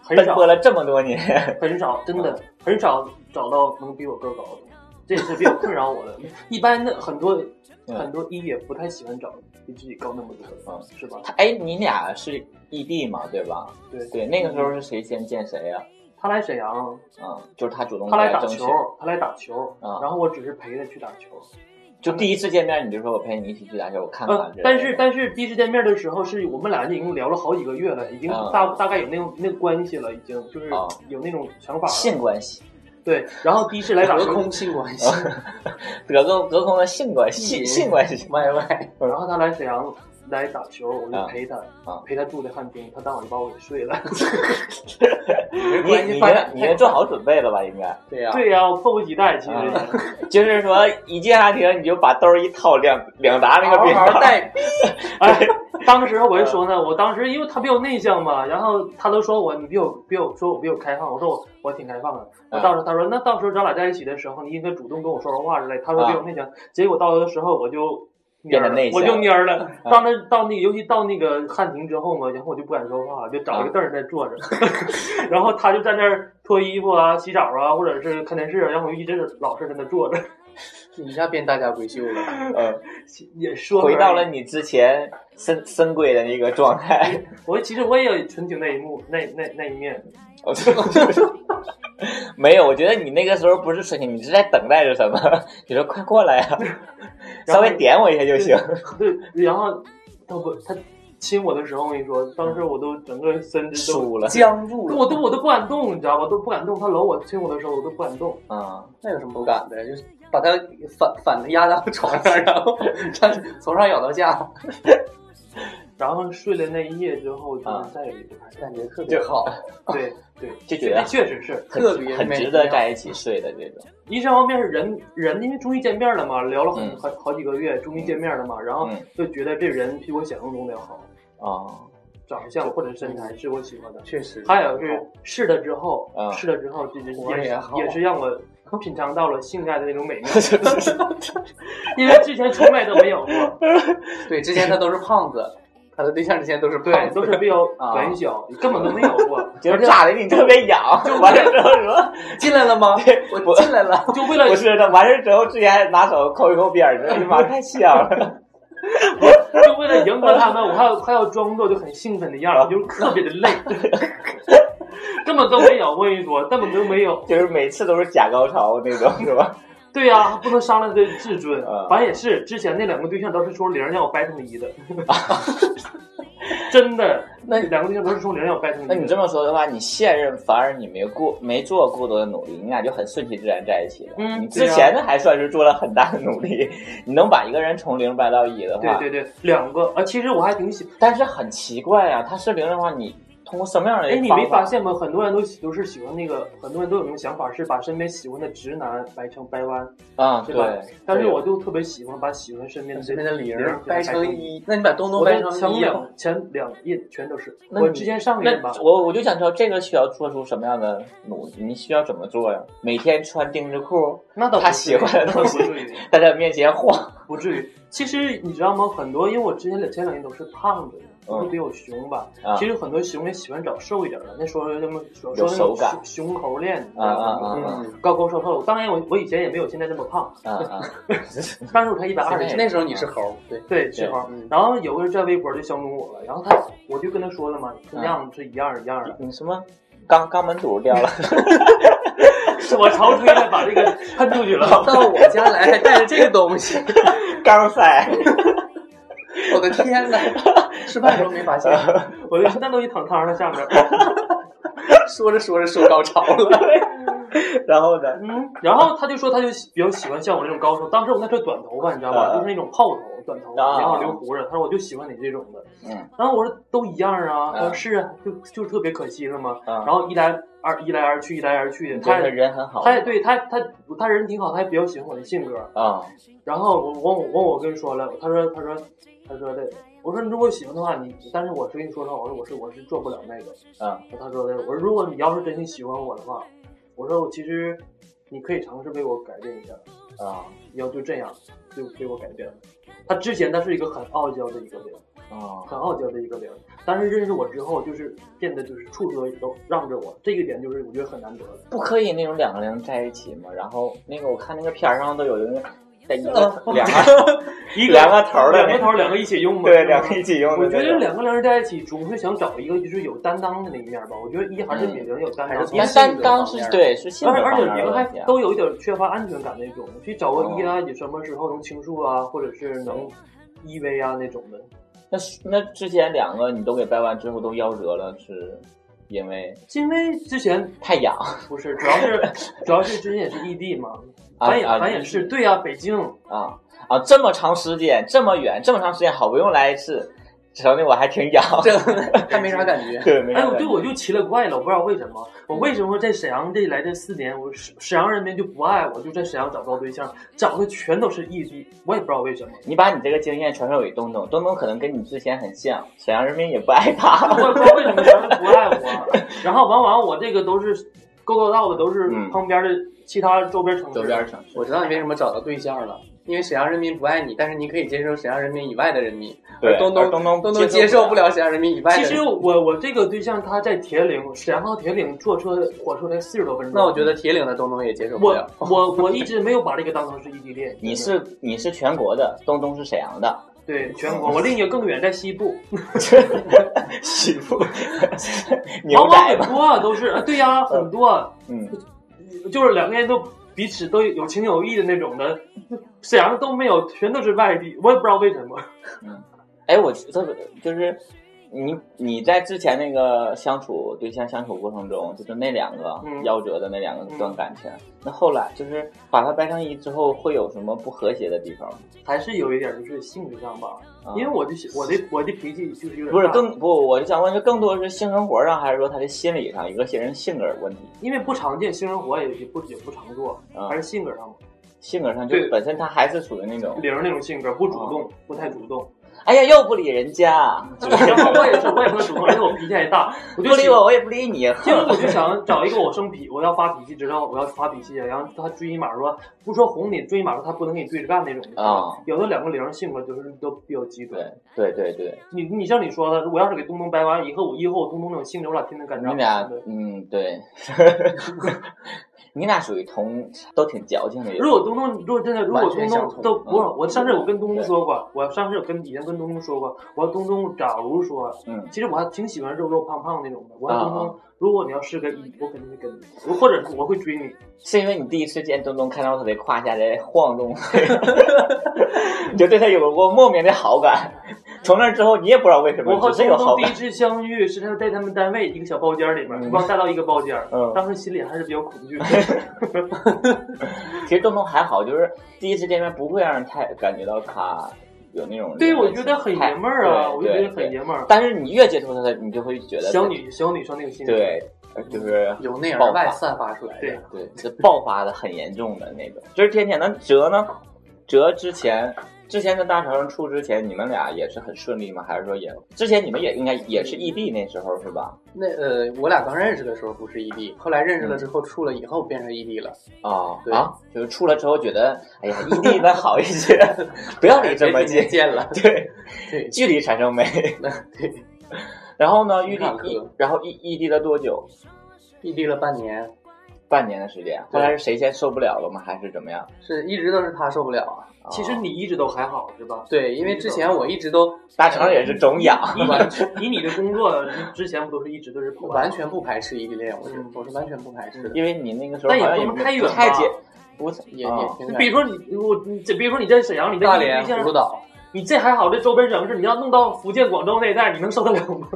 Speaker 3: 很
Speaker 2: 奔
Speaker 3: 少
Speaker 2: 波啊了这么多年，
Speaker 3: 很少，真的很少找到能比我个高的，这也是比较困扰我的。 一般的很多
Speaker 2: 嗯
Speaker 3: 很多一也不太喜欢找比自己高那么多的，
Speaker 2: 嗯
Speaker 3: 是吧？
Speaker 2: 他哎，你俩是异地嘛，对吧？
Speaker 3: 对
Speaker 2: 对，那个时候是谁先见谁呀、
Speaker 3: 他来沈阳，
Speaker 2: 嗯，就是他主动
Speaker 3: 他来打
Speaker 2: 争取
Speaker 3: 球，他来打球，
Speaker 2: 啊
Speaker 3: 然后我只是陪他去打球。
Speaker 2: 就第一次见面你就说我陪你一起去打球，我看看
Speaker 3: 呃
Speaker 2: 之类的。，
Speaker 3: 但是但是第一次见面的时候，是我们俩就已经聊了好几个月了，已经
Speaker 2: 啊
Speaker 3: 大、大概有那种那个关系了，已经就是
Speaker 2: 啊
Speaker 3: 有那种想法了。
Speaker 2: 性关系，
Speaker 3: 对，然后第一次来打
Speaker 4: 隔
Speaker 3: 球，
Speaker 4: 空性关系
Speaker 2: 隔空隔空的性关系，性
Speaker 4: 嗯
Speaker 2: 性关系。
Speaker 4: ，Y Y，
Speaker 3: 然后他来沈阳来打球，我就
Speaker 2: 啊
Speaker 3: 陪他，
Speaker 2: 啊
Speaker 3: 陪他住在汉中，他当晚就把我给睡了。
Speaker 2: 你
Speaker 4: 关系
Speaker 2: 你
Speaker 4: 发
Speaker 2: 这
Speaker 4: 展
Speaker 2: 你这做好准备了吧？应该
Speaker 4: 对呀，
Speaker 3: 对呀、我迫不及待，其实、
Speaker 2: 啊就是说一进家庭你就把兜儿一掏，两两沓那个
Speaker 4: 好
Speaker 2: 冰
Speaker 4: 好
Speaker 2: 棒，
Speaker 4: 带，
Speaker 3: 哎，当时我就说
Speaker 2: 嗯
Speaker 3: 呢，我当时因为他比我内向嘛，然后他都说我你比我比我说我比我开放，我说我我挺开放的。
Speaker 2: 嗯
Speaker 3: 我到时候他说那到时候咱俩在一起的时候，你应该主动跟我说说话之类。他说比我内向，结果到的时候我就蔫
Speaker 2: 嗯变得
Speaker 3: 儿了
Speaker 2: 内，向嗯
Speaker 3: 我就蔫儿了。到那到那个尤其到那个汉庭之后嘛，然后我就不敢说话，就找了个凳儿在那坐着， 然后他就在那儿脱衣服啊、洗澡啊，或者是看电视啊，然后我就一直老是在那坐着，
Speaker 4: 你一下变大家闺秀了，
Speaker 2: 嗯。
Speaker 3: 也说
Speaker 2: 回到了。你之前深深闺的一个状态。
Speaker 3: 我其实我也有纯情那一幕，那那那一面。
Speaker 2: 我就没有，我觉得你那个时候不是深情，你是在等待着什么？你说快过来啊，稍微点我一下就行。
Speaker 3: 对， 然后他不他亲我的时候，我跟你说，当时我都整个身子都，
Speaker 2: 输了
Speaker 4: 僵住
Speaker 3: 我
Speaker 4: 了，
Speaker 3: 都我都不敢动，你知道吧？都不敢动。他搂我亲我的时候，我都不敢动。
Speaker 2: 啊！
Speaker 4: 那有什么不敢的？就是把他反反的压到床上，然后 从上咬到下，
Speaker 3: 然后睡了那一夜之后，就
Speaker 2: 啊
Speaker 3: 是再也离不开。
Speaker 4: 感觉特别好，
Speaker 3: 对对，
Speaker 2: 就觉
Speaker 3: 那
Speaker 2: 得
Speaker 3: 确实是。
Speaker 2: 很
Speaker 4: 特别
Speaker 2: 很
Speaker 4: 美
Speaker 2: 值得
Speaker 4: 妙
Speaker 2: 在一起睡的这种。
Speaker 3: 一这方面是人人，因为终于见面了嘛，聊了很
Speaker 2: 嗯
Speaker 3: 好好几个月，终于见面了嘛，然后
Speaker 2: 嗯
Speaker 3: 就觉得这人比我想象中的要好，
Speaker 2: 哦，
Speaker 3: 长相或者身材是我喜欢的。
Speaker 4: 确实。
Speaker 3: 还有是试了之后
Speaker 2: 啊，
Speaker 3: 试了之后，这
Speaker 4: 活
Speaker 3: 也
Speaker 4: 着也
Speaker 3: 也
Speaker 4: 好
Speaker 3: 也是让我品尝到了性爱的那种美妙， 因为之前从来都没有过，
Speaker 4: 对，之前他都是胖子，他的对象之前都是
Speaker 3: 对
Speaker 4: 胖，子
Speaker 3: 都，是比较
Speaker 4: 啊
Speaker 3: 短小，根本都没有过，
Speaker 2: 就是炸的你特别痒， 完事儿之后说
Speaker 4: 进来了吗？
Speaker 2: 对
Speaker 4: 我进来 了，
Speaker 3: 就 为了
Speaker 2: 不是的，完事儿之后之前还拿手抠一抠边儿，哎呀妈，太香 了！
Speaker 3: 就为了迎合他们，我还要还要装作就很兴奋的样
Speaker 2: 啊
Speaker 3: 儿，就是特别的累，根本都没有，我跟你说，根本都没有。
Speaker 2: 就是每次都是假高潮那种，是吧？
Speaker 3: 对呀、不能伤了这自尊
Speaker 2: 啊。
Speaker 3: 反正也是，之前那两个对象都是从零让我掰成一的，真的，那两个对象都是从零让我掰成一的。
Speaker 2: 那你这么说的话，你现任反而你没过没做过多的努力，你俩就很顺其自然在一起了。
Speaker 3: 嗯
Speaker 2: 你之前的还算是做了很大的努力，你能把一个人从零掰到一的话，
Speaker 3: 对对对，两个啊，其实我还挺喜，
Speaker 2: 但是很奇怪啊，他是零的话，你通过什么样的
Speaker 3: 哎，你
Speaker 2: 方
Speaker 3: 没
Speaker 2: 法
Speaker 3: 发现吗？很多人都喜都是喜欢那个，很多人都有那种想法，是把身边喜欢的直男掰成掰弯，
Speaker 2: 啊？
Speaker 3: 对
Speaker 2: 对
Speaker 3: 吧，但是
Speaker 2: 对
Speaker 3: 我就特别喜欢把喜欢身边的
Speaker 4: 身
Speaker 3: 这
Speaker 4: 边的零
Speaker 3: 零
Speaker 4: 掰成，一，那你把东东
Speaker 3: 我
Speaker 4: 掰
Speaker 3: 的
Speaker 4: 成啊
Speaker 3: 前
Speaker 4: 一吧，
Speaker 3: 两前两印全都是。
Speaker 2: 那
Speaker 3: 我
Speaker 2: 你
Speaker 3: 之前上个月吧
Speaker 2: 那，我我就想知道这个需要做出什么样的努力，你需要怎么做呀？每天穿丁字裤，
Speaker 3: 那倒
Speaker 2: 他
Speaker 3: 不至
Speaker 2: 喜
Speaker 3: 于
Speaker 2: 欢的东西
Speaker 3: 那倒不至于
Speaker 2: 在他面前 晃，
Speaker 3: 不至于。其实你知道吗？很多，因为我之前两前两年都是胖子，
Speaker 2: 嗯
Speaker 3: 都比我熊吧。
Speaker 2: 啊
Speaker 3: 其实很多熊也喜欢找瘦一点的，那时候他们说
Speaker 2: 有
Speaker 3: 说那种
Speaker 2: 手感
Speaker 3: 熊熊猴链，你知
Speaker 2: 啊
Speaker 3: 道
Speaker 2: 啊
Speaker 3: 吗？
Speaker 2: 啊啊
Speaker 4: 嗯。
Speaker 3: 高高瘦瘦，当然我我以前也没有现在这么胖，
Speaker 2: 啊啊！
Speaker 3: 当时我才一百二
Speaker 2: 现
Speaker 3: 十
Speaker 2: 在
Speaker 3: 斤。
Speaker 4: 那时候你是猴，对，
Speaker 3: 对，是猴
Speaker 4: 嗯。
Speaker 3: 然后有个人在微博就相中我了，然后他我就跟他说了
Speaker 2: 嗯
Speaker 3: 嘛，同样是一样一样的。
Speaker 2: 你什么肛肛门堵掉 了？
Speaker 3: 是我潮吹的把这个 喷出去了。
Speaker 4: 到我家来还带着这个东 西，
Speaker 2: 肛塞？
Speaker 4: 我的天呐，吃饭的时候没发现，
Speaker 3: 我就那东西躺汤了下面，
Speaker 4: 说着说着说高潮了，
Speaker 2: 然后呢？
Speaker 3: 嗯，然后他就说他就喜比较喜欢像我这种高手，当时我那时候短头发，你知道吧，
Speaker 2: 啊
Speaker 3: 就是那种泡头短头发，
Speaker 2: 啊
Speaker 3: 然后留胡子，他说我就喜欢你这种的，
Speaker 2: 嗯，
Speaker 3: 然后我说都一样啊，他说
Speaker 2: 啊
Speaker 3: 是啊，就就是特别可惜了嘛，
Speaker 2: 啊
Speaker 3: 然后一来二一来二去一来二去，
Speaker 2: 你
Speaker 3: 他
Speaker 2: 觉得
Speaker 3: 也
Speaker 2: 人很好
Speaker 3: 他也对他他他人挺好，他也比较喜欢我的性格，
Speaker 2: 啊
Speaker 3: 然后我我我我跟你说了，他说他说他说的，我说你如果喜欢的话，你但是我是跟你说实话，我说我是我是做不了那个。
Speaker 2: 啊
Speaker 3: 他说的，我说如果你要是真心喜欢我的话，我说我其实你可以尝试为我改变一下，
Speaker 2: 啊
Speaker 3: 你要就这样就被我改变了。他之前他是一个很傲娇的一个人，
Speaker 2: 啊！
Speaker 3: 很傲娇的一个人，但是认识我之后，就是变得就是处处都让着我，这一点就是我觉得很难得的。
Speaker 2: 不可以那种两个人在一起吗？然后那个我看那个片儿上都有那个在一个两个
Speaker 3: 哦 一
Speaker 2: 两个头儿的
Speaker 3: 两个头儿两个一起用吧，
Speaker 2: 对两个一起用
Speaker 3: 我
Speaker 2: 的
Speaker 3: 觉
Speaker 2: 那
Speaker 3: 得
Speaker 2: 种。
Speaker 3: 两个人在一起，总是想找一个就是有担当的那一面吧。我觉得一还是比零有担当，
Speaker 4: 还是比
Speaker 2: 但但刚是对是性
Speaker 3: 而
Speaker 2: 格
Speaker 3: 而
Speaker 2: 方
Speaker 3: 且
Speaker 2: 面的
Speaker 3: 零还
Speaker 2: 问题啊
Speaker 3: 都有一点缺乏安全感那种，去找个一啊，你什么时候能倾诉啊，或者是能依偎啊那种的。
Speaker 2: 那是那之前两个你都给掰完之后都夭折了，是因为
Speaker 3: 因为之前
Speaker 2: 太痒
Speaker 3: 不是，主要是主要是之前也是异地嘛，
Speaker 2: 啊
Speaker 3: 咱也
Speaker 2: 啊
Speaker 3: 咱也是对啊，北京
Speaker 2: 啊啊！这么长时间，这么远，这么长时间，好不用来一次，瞧那我还挺痒。
Speaker 4: 这还没啥感觉。
Speaker 2: 对，啊没
Speaker 3: 哎，
Speaker 2: 啥
Speaker 3: 我
Speaker 2: 感
Speaker 3: 对
Speaker 2: 觉。
Speaker 3: 我就奇了怪了，我不知道为什么，我为什么在沈阳这来这四年，我沈沈阳人民就不爱我，就在沈阳找不到对象，找的全都是异地，我也不知道为什么。
Speaker 2: 你把你这个经验传授给东东，东东可能跟你之前很像，沈阳人民也不爱 他。
Speaker 3: 哎我也不知道为什么别人不爱 我。然后往往我这个都是勾勾到的，都是
Speaker 2: 嗯
Speaker 3: 旁边的其他周边城市。
Speaker 2: 周边城市，
Speaker 4: 我知道你为什么找到对象了，因为沈阳人民不爱你，但是你可以接受沈阳人民以外的人民。
Speaker 2: 对，
Speaker 4: 而东
Speaker 2: 而
Speaker 4: 东
Speaker 2: 东东
Speaker 4: 东东接受不。了沈阳人民以外的
Speaker 3: 其
Speaker 4: 人。
Speaker 3: 实我我这个对象他在铁岭，沈阳到铁岭坐车火车才四十多分钟。
Speaker 4: 那我觉得铁岭的东东也接受不
Speaker 3: 我
Speaker 4: 了。
Speaker 3: 我我一直没有把这个当成是异地恋。
Speaker 2: 你是你是全国的，东东是沈阳的，
Speaker 3: 对全国，我另一个更远在西 部，
Speaker 2: 媳妇
Speaker 3: 往
Speaker 2: 牛
Speaker 3: 往
Speaker 2: 仔
Speaker 3: 很
Speaker 2: 吧，
Speaker 3: 多啊都是啊对 呀、很多啊
Speaker 2: 嗯，
Speaker 3: 就是两个人都彼此都有情有义的那种的，沈阳都没有，全都是外地，我也不知道为什么。
Speaker 2: 哎，我这个就是你你在之前那个相处对象相处过程中，就是那两个
Speaker 3: 嗯
Speaker 2: 夭折的那两个段感情，那后来就是把它掰成一之后，会有什么不和谐的地方吗？
Speaker 3: 还是有一点就是性格上吧，
Speaker 2: 啊
Speaker 3: 因为我就是我的我的脾气就是有点
Speaker 2: 不是
Speaker 3: 大
Speaker 2: 更不，我就想问，是更多是性生活上，还是说他的心理上，一个人性格问题？
Speaker 3: 因为不常见，性生活也也不也不常做，
Speaker 2: 啊
Speaker 3: 还是性格上嘛，
Speaker 2: 性格上就是
Speaker 3: 对
Speaker 2: 本身他还是属于那种，
Speaker 3: 玲儿那种性格不主动，不太主动。
Speaker 2: 哎呀，又不理人家，
Speaker 3: 然后我也是，我也不主动，而且我脾气还大，我嗯就
Speaker 2: 不理
Speaker 3: 喜欢
Speaker 2: 我，。我也不理你。
Speaker 3: 因为我就想找一个我生脾，我要发脾气，知道我要发脾气，然后他追一马说不说哄你，追一马说他不能跟你对着干那种的
Speaker 2: 啊
Speaker 3: 有的两个玲儿性格就是都比较极端
Speaker 2: 对。对对对，
Speaker 3: 你你像你说的，我要是给东东掰完以后，我以后我东东那种性格，我俩天天干
Speaker 2: 你
Speaker 3: 仗。
Speaker 2: 们俩
Speaker 3: 对，
Speaker 2: 嗯，对， 你俩属于同，都挺矫情的人。
Speaker 3: 如果东东，如果真的，如果东
Speaker 4: 完全相
Speaker 3: 东
Speaker 4: 同
Speaker 3: 都不是，
Speaker 2: 嗯
Speaker 3: 我上次我跟东东说过，我上次我跟以前跟东东说过，我说东东，假如说，
Speaker 2: 嗯
Speaker 3: 其实我还挺喜欢肉肉胖胖那种的。我说
Speaker 2: 啊
Speaker 3: 东东，如果你要是个一，我肯定会跟你，我或者是我会追你。
Speaker 2: 是因为你第一次见东东，看到他的胯下在晃动， 你就对他有过莫名的好感。从那之后，你也不知道为什么
Speaker 3: 我，和
Speaker 2: 只是
Speaker 3: 东
Speaker 2: 有好
Speaker 3: 东第一
Speaker 2: 感。
Speaker 3: 次相遇是他在他们单位一个小包间里面，
Speaker 2: 嗯
Speaker 3: 把我带到一个包间，
Speaker 2: 嗯
Speaker 3: 当时心里还是比较恐 惧的。
Speaker 2: 其实东东还好，就是第一次见面不会让人太感觉到他有那种
Speaker 3: 对，我觉得很爷们儿啊，
Speaker 2: 对
Speaker 3: 我就觉得
Speaker 2: 对
Speaker 3: 很爷们儿。
Speaker 2: 但是你越接触他，你就会觉得
Speaker 3: 小女小女生那个心理，
Speaker 2: 对，就是
Speaker 4: 由内
Speaker 2: 爆发
Speaker 4: 而外散发出来
Speaker 3: 对
Speaker 4: 的。
Speaker 2: 对，是爆发的很严重的那种。就是天天，那哲呢？哲之前，之前跟大成处之前，你们俩也是很顺利吗？还是说也之前你们也应该也是异地那时候是吧？
Speaker 4: 那呃，我俩刚认识的时候不是异地，后来认识了之后处了以后变成异地了。
Speaker 2: 啊
Speaker 4: 对
Speaker 2: 啊，就是处了之后觉得，哎呀，异地呢好一些， 不要离这么
Speaker 4: 别
Speaker 2: 近
Speaker 4: 天天，见了，
Speaker 2: 对，
Speaker 4: 对
Speaker 2: 距离产生美。
Speaker 4: 对，
Speaker 2: 然后 呢，异地
Speaker 4: 看
Speaker 2: 异
Speaker 4: 客，
Speaker 2: 然后异异地了多久？
Speaker 4: 异地了半年，
Speaker 2: 半年的时间。后
Speaker 4: 对哎
Speaker 2: 来是谁先受不了了吗？还是怎么样？
Speaker 4: 是一直都是他受不了
Speaker 2: 啊
Speaker 4: 啊。
Speaker 3: 其实你一直都还好，是 吧？
Speaker 4: 对，因为之前我一直都
Speaker 2: 大成也是肿痒，
Speaker 4: 完全
Speaker 3: 以你的工作之前不都是一直都是 跑吧
Speaker 4: 完全不排斥异地恋，我是
Speaker 3: 嗯
Speaker 4: 我是完全不排斥的，
Speaker 2: 因为你那个时候
Speaker 3: 但也
Speaker 2: 好像
Speaker 3: 不
Speaker 2: 也
Speaker 3: 能
Speaker 2: 没
Speaker 3: 太
Speaker 2: 不
Speaker 3: 远
Speaker 2: 太
Speaker 3: 吧
Speaker 2: 接，不是
Speaker 4: 也
Speaker 2: 啊
Speaker 4: 也挺感。
Speaker 3: 比如说你我你这，比如说你在沈阳，你在
Speaker 4: 大
Speaker 3: 异地
Speaker 4: 连、
Speaker 3: 对象
Speaker 4: 葫芦岛，
Speaker 3: 你这还好，这周边城市，你要弄到福建、广州那一带，你能受得了吗？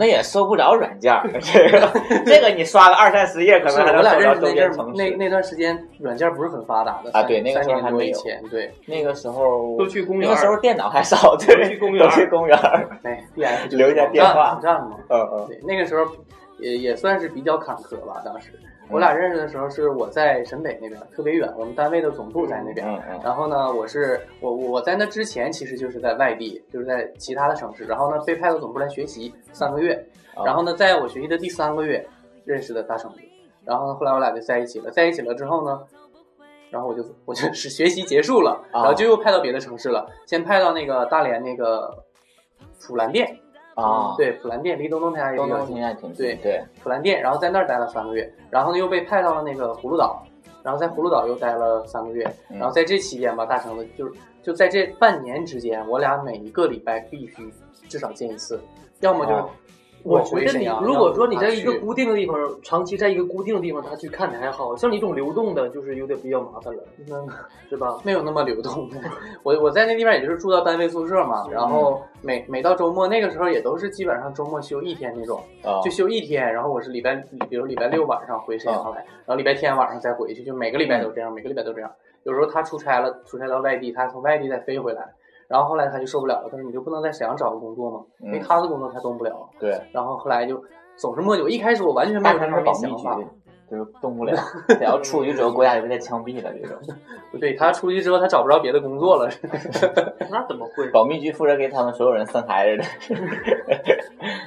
Speaker 2: 那也搜不着软 件儿，这个这个你刷个二三十页，可
Speaker 4: 是
Speaker 2: 能还能
Speaker 4: 我俩
Speaker 2: 搜
Speaker 4: 认
Speaker 2: 到
Speaker 4: 识
Speaker 2: 周
Speaker 4: 那阵
Speaker 2: 边
Speaker 4: 儿
Speaker 2: 城，
Speaker 4: 那
Speaker 2: 市。
Speaker 4: 那段时间软件不是很发达的
Speaker 2: 啊
Speaker 4: 三
Speaker 2: 对那个时候
Speaker 4: 三年
Speaker 2: 还
Speaker 4: 多
Speaker 2: 没
Speaker 4: 以
Speaker 2: 有
Speaker 4: 前，对，
Speaker 2: 那个时候
Speaker 3: 都去公
Speaker 2: 那
Speaker 3: 园
Speaker 2: 个时候电脑还少，对，
Speaker 3: 都去公园
Speaker 2: 都去公园儿。
Speaker 4: 哎，D F
Speaker 2: 留一下电话
Speaker 4: 网站嘛，
Speaker 2: 嗯嗯，
Speaker 4: 对，那个时候也也算是比较坎坷吧。当时我俩认识的时候是我在沈北那边，特别远，我们单位的总部在那边。
Speaker 2: 嗯嗯
Speaker 4: 然后呢，我是我我我在那之前其实就是在外地，就是在其他的城市。然后呢，被派到总部来学习三个月，
Speaker 2: 啊
Speaker 4: 然后呢，在我学习的第三个月认识的大成哥，然后呢后来我俩就在一起了。在一起了之后呢，然后我就我就是学习结束了，
Speaker 2: 啊
Speaker 4: 然后就又派到别的城市了，先派到那个大连那个普兰店，
Speaker 2: 啊，
Speaker 4: 嗯对，普兰店离东东台也
Speaker 2: 东
Speaker 4: 比较
Speaker 2: 东
Speaker 4: 近
Speaker 2: 现，在挺
Speaker 4: 对
Speaker 2: 对，
Speaker 4: 普兰店，然后在那儿待了三个月，然后呢又被派到了那个葫芦岛，然后在葫芦岛又待了三个月，
Speaker 2: 嗯
Speaker 4: 然后在这期间吧，大橙子就是就在这半年之间，我俩每一个礼拜必须至少见一次，要么就
Speaker 2: 哦
Speaker 4: 我
Speaker 3: 觉
Speaker 4: 回
Speaker 3: 得
Speaker 4: 沈
Speaker 3: 你
Speaker 4: 阳。
Speaker 3: 如果说你
Speaker 4: 要么
Speaker 3: 在一
Speaker 4: 他
Speaker 3: 个
Speaker 4: 去
Speaker 3: 固定的地方，长期在一个固定的地方，他去看你还好，像你这种流动的，就是有点比较麻烦了，
Speaker 4: 嗯
Speaker 3: 是吧？
Speaker 4: 没有那么流动 的，我我在那地方也就是住到单位宿舍嘛，然后
Speaker 2: 嗯
Speaker 4: 每每到周末那个时候也都是基本上周末休一天那种，
Speaker 2: 啊
Speaker 4: 就休一天，然后我是礼拜，比如礼拜六晚上回沈阳来，然后礼拜天晚上再回去，就每个礼拜都这样，每个礼拜都这样。有时候他出差了，出差到外地，他从外地再飞回来，然后后来他就受不了了，他说你就不能在沈阳找个工作吗？因为
Speaker 2: 嗯
Speaker 4: 他的工作他动不了。
Speaker 2: 对，
Speaker 4: 然后后来就总是莫久，一开始我完全没
Speaker 2: 大
Speaker 4: 有这
Speaker 2: 城
Speaker 4: 方
Speaker 2: 是
Speaker 4: 面
Speaker 2: 保
Speaker 4: 想
Speaker 2: 密
Speaker 4: 法。
Speaker 2: 局，就是动 不了，只要处于这个国家就被他枪毙了这种。
Speaker 4: 不对他出去之后，他找不着别的工作了。
Speaker 2: 啊
Speaker 3: 那怎么会？
Speaker 2: 保密局负责给他们所有人生孩子的。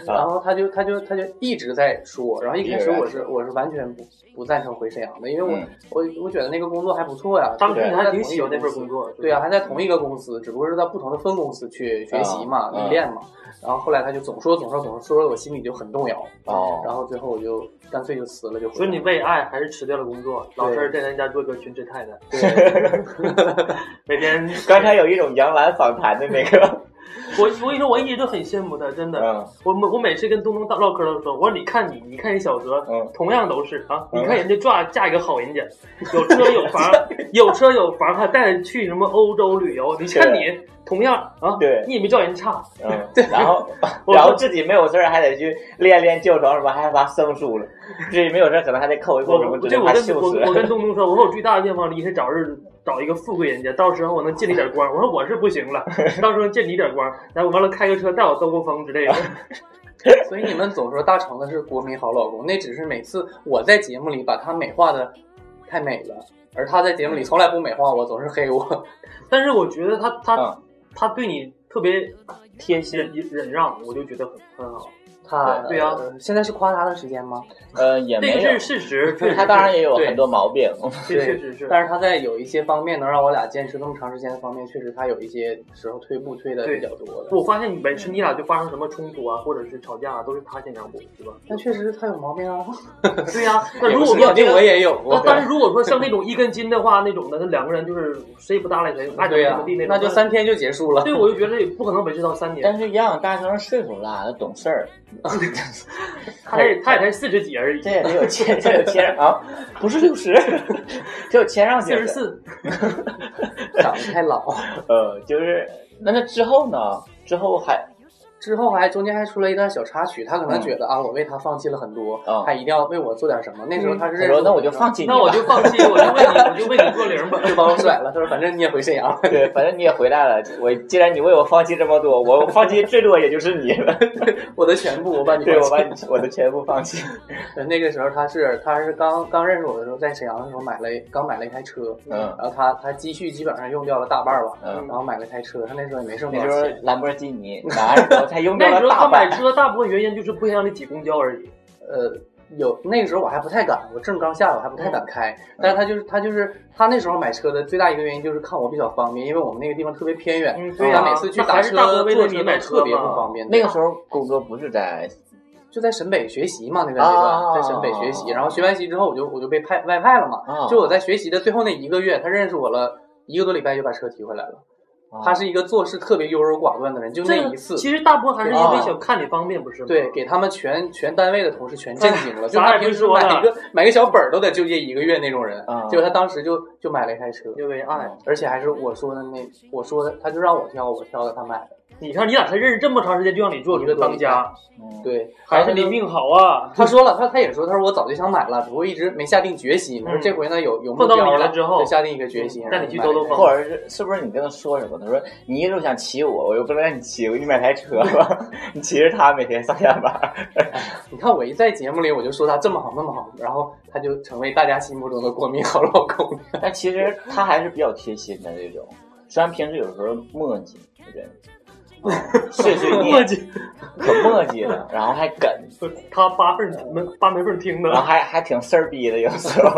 Speaker 4: 然
Speaker 2: 啊，
Speaker 4: 后他就他就他就一直在说，然后一开始我是我是完全不不赞成回沈阳的，因为我、
Speaker 2: 嗯
Speaker 4: 我我觉得那个工作还不错呀，
Speaker 3: 当时
Speaker 2: 对
Speaker 3: 你还挺喜欢那份工作，
Speaker 4: 对啊，还在同一个公司，只不过是到不同的分公司
Speaker 3: 啊
Speaker 4: 去学习嘛、
Speaker 2: 嗯
Speaker 4: 历练嘛。然后后来他就总说总说总说，说的我心里就很动摇。
Speaker 2: 哦
Speaker 4: 然后最后我就干脆就辞了，就回
Speaker 3: 所
Speaker 4: 来
Speaker 3: 以
Speaker 4: 了
Speaker 3: 你为爱还是辞掉了工作，
Speaker 4: 对
Speaker 3: 老实儿在人家做个全职太太，
Speaker 4: 对
Speaker 3: 每 天
Speaker 2: 刚才有一种杨澜访谈的那个，
Speaker 3: 我我跟你说，我一直都很羡慕他，真的。
Speaker 2: 嗯
Speaker 3: 我每我每次跟东东唠嗑都说，我说你看你，你看人小泽，
Speaker 2: 嗯
Speaker 3: 同样都是啊，
Speaker 2: 嗯
Speaker 3: 你看人家嫁嫁一个好人家，有车有 房，有车有房，还带人去什么欧洲旅游，你看你同样啊，
Speaker 2: 对
Speaker 3: 你也没叫人差，
Speaker 2: 嗯，然后
Speaker 3: 我
Speaker 2: 然后自己没有事儿还得去练练旧床什么，还怕生疏了。自己没有事儿可能还得扣一扣
Speaker 3: 我
Speaker 2: 什么之类
Speaker 3: 对
Speaker 2: 的，
Speaker 3: 我
Speaker 2: 怕
Speaker 3: 跟我
Speaker 2: 羞
Speaker 3: 我
Speaker 2: 涩。
Speaker 3: 跟东东说，我说我最大的愿望，离是早日找一个富贵人家，到时候我能见你点光。我说我是不行 了，到时候见你点光，然后完了开个车带我兜兜风之 类的。
Speaker 4: 所以你们总说大橙子是国民好老公，那只是每次我在节目里把他美化的太美了，而他在节目里从来不美化我，总是黑我。
Speaker 3: 但是我觉得他他、
Speaker 2: 嗯
Speaker 3: 他对你特别贴心忍忍让，我就觉得很很好。
Speaker 4: 他
Speaker 3: 对啊
Speaker 4: 呃现在是夸他的时间吗？
Speaker 2: 呃，也
Speaker 3: 这
Speaker 2: 没有
Speaker 3: 个是，事 实，确实
Speaker 2: 他当然也有
Speaker 4: 对
Speaker 2: 很多毛病。
Speaker 3: 是确实是。
Speaker 4: 但是他在有一些方面能让我俩坚持这么长时间的方面，确实他有一些时候退步退的
Speaker 3: 对
Speaker 4: 比较多的。
Speaker 3: 我发现每次你俩就发生什么冲突啊，或者是吵架啊，都是他先让步，是吧？
Speaker 4: 但确实他有毛病啊，
Speaker 3: 对呀、那如果
Speaker 4: 有毛哦病
Speaker 3: 说
Speaker 4: 我。也有过
Speaker 3: 那。但是如果说像那种一根筋的话，那种的，那两个人就是谁也不搭理谁，爱怎
Speaker 4: 对
Speaker 3: 么
Speaker 4: 呀、
Speaker 3: 怎么地那种。
Speaker 4: 那就三天就结束了。
Speaker 3: 对，我就觉得也不可能维持到三年。
Speaker 2: 但是杨养大学生岁数大，他懂事儿，
Speaker 3: 他也他也才四十几而已
Speaker 2: 这，也得有谦，这有谦让啊，不是六十， 这有谦让
Speaker 3: 四
Speaker 2: 精神。
Speaker 3: 十四。
Speaker 4: 长得太老，
Speaker 2: 呃，就是那那之后呢？之后还
Speaker 4: 之后还中间还出了一段小插曲，他可能觉得、啊，我为他放弃了很多，
Speaker 2: 嗯
Speaker 4: 他一定要为我做点什么。那时候他是
Speaker 2: 他
Speaker 4: 认
Speaker 2: 说
Speaker 4: 识
Speaker 2: 那我就放弃你吧，
Speaker 3: 那我就放弃，我就为你，我就为你做零吧。
Speaker 4: 就把我甩了。他说反正你也回沈阳了，
Speaker 2: 对，反正你也回来了。我既然你为我放弃这么多，我放弃最多也就是你了。
Speaker 4: 我的全部我把你
Speaker 2: 对，
Speaker 4: 放
Speaker 2: 我
Speaker 4: 弃
Speaker 2: 把你我的全部放弃。
Speaker 4: 对，那个时候他是他是刚刚认识我的时候，在沈阳的时候买了一刚买了一台车，
Speaker 2: 嗯
Speaker 4: 然后他他积蓄基本上用掉了大半儿吧，
Speaker 2: 嗯
Speaker 4: 然后买了一台车，他那时候也没剩多
Speaker 2: 那
Speaker 4: 少
Speaker 2: 时候
Speaker 4: 钱，
Speaker 2: 兰博基尼拿着，然后他用掉
Speaker 3: 那时
Speaker 2: 了
Speaker 3: 候他
Speaker 2: 大
Speaker 3: 买
Speaker 2: 半。
Speaker 3: 车大部分原因就是不想让你挤公交而已。
Speaker 4: 呃。有那个时候我还不太敢，我证刚下，我还不太
Speaker 2: 嗯
Speaker 4: 敢开。但是他就是他就是他那时候买车的最大一个原因就是看我比较方便，因为我们那个地方特别偏远，
Speaker 3: 嗯对
Speaker 4: 他
Speaker 3: 呀
Speaker 2: 啊
Speaker 4: 每次去
Speaker 3: 那
Speaker 4: 打
Speaker 3: 还是
Speaker 4: 车
Speaker 3: 大哥为了
Speaker 4: 坐
Speaker 3: 你
Speaker 4: 车
Speaker 3: 买
Speaker 4: 都特
Speaker 3: 车
Speaker 4: 别不
Speaker 3: 嘛
Speaker 4: 方便。
Speaker 2: 那
Speaker 4: 对
Speaker 2: 个时候工作不是在
Speaker 4: 就在沈北学习嘛，那段阶段
Speaker 2: 啊
Speaker 4: 在沈北学习，然后学完习之后，我就我就被派外派了嘛。
Speaker 2: 啊
Speaker 4: 就我在学习的最后那一个月，他认识我了一个多礼拜，就把车提回来了。
Speaker 2: 啊
Speaker 4: 他是一个做事特别优柔寡断的人，就
Speaker 3: 这
Speaker 4: 那
Speaker 3: 个
Speaker 4: 一次，
Speaker 3: 其实大部分还是因为
Speaker 2: 啊
Speaker 3: 想看你方便，不是吗？
Speaker 4: 对，给他们全全单位的同事全震惊 了。就他
Speaker 3: 啥也不
Speaker 4: 平时
Speaker 3: 说
Speaker 4: 买
Speaker 3: 了
Speaker 4: 一个买个小本儿都得纠结一个月那种人
Speaker 2: 啊，
Speaker 4: 结果他当时就就买了一台车，
Speaker 3: 因为爱。
Speaker 4: 而且还是我说的那我说的，他就让我挑，我挑的他买的。
Speaker 3: 你看，你俩才认识这么长时间，就让你做出个当家，
Speaker 2: 嗯
Speaker 4: 对，
Speaker 3: 还
Speaker 4: 然后
Speaker 3: 是
Speaker 4: 他就
Speaker 3: 你命好啊！
Speaker 4: 他说了，他他也说，他说我早就想买了，只不过一直没下定决心。我说
Speaker 3: 嗯
Speaker 4: 这回呢有有目
Speaker 3: 碰到
Speaker 4: 标
Speaker 3: 你了之后嗯
Speaker 4: 就下定一个决心，
Speaker 3: 带你去兜兜风
Speaker 2: 或者是是不是你跟他说什么？他说你一直想骑我，我又不能让你骑，我给你买台车吧，你骑着它每天上下班。
Speaker 4: 你看我一在节目里我就说他这么好那么好，然后他就成为大家心目中的国民好老公。
Speaker 2: 但其实他还是比较贴心的这种，虽然平时有时候磨叽，嗯我觉得碎碎
Speaker 3: 磨
Speaker 2: 念
Speaker 3: 叽，
Speaker 2: 可磨叽了，然后还梗，
Speaker 3: 他八份门八门缝听
Speaker 2: 然后
Speaker 3: 的。
Speaker 2: 还还挺事儿逼的，有时候。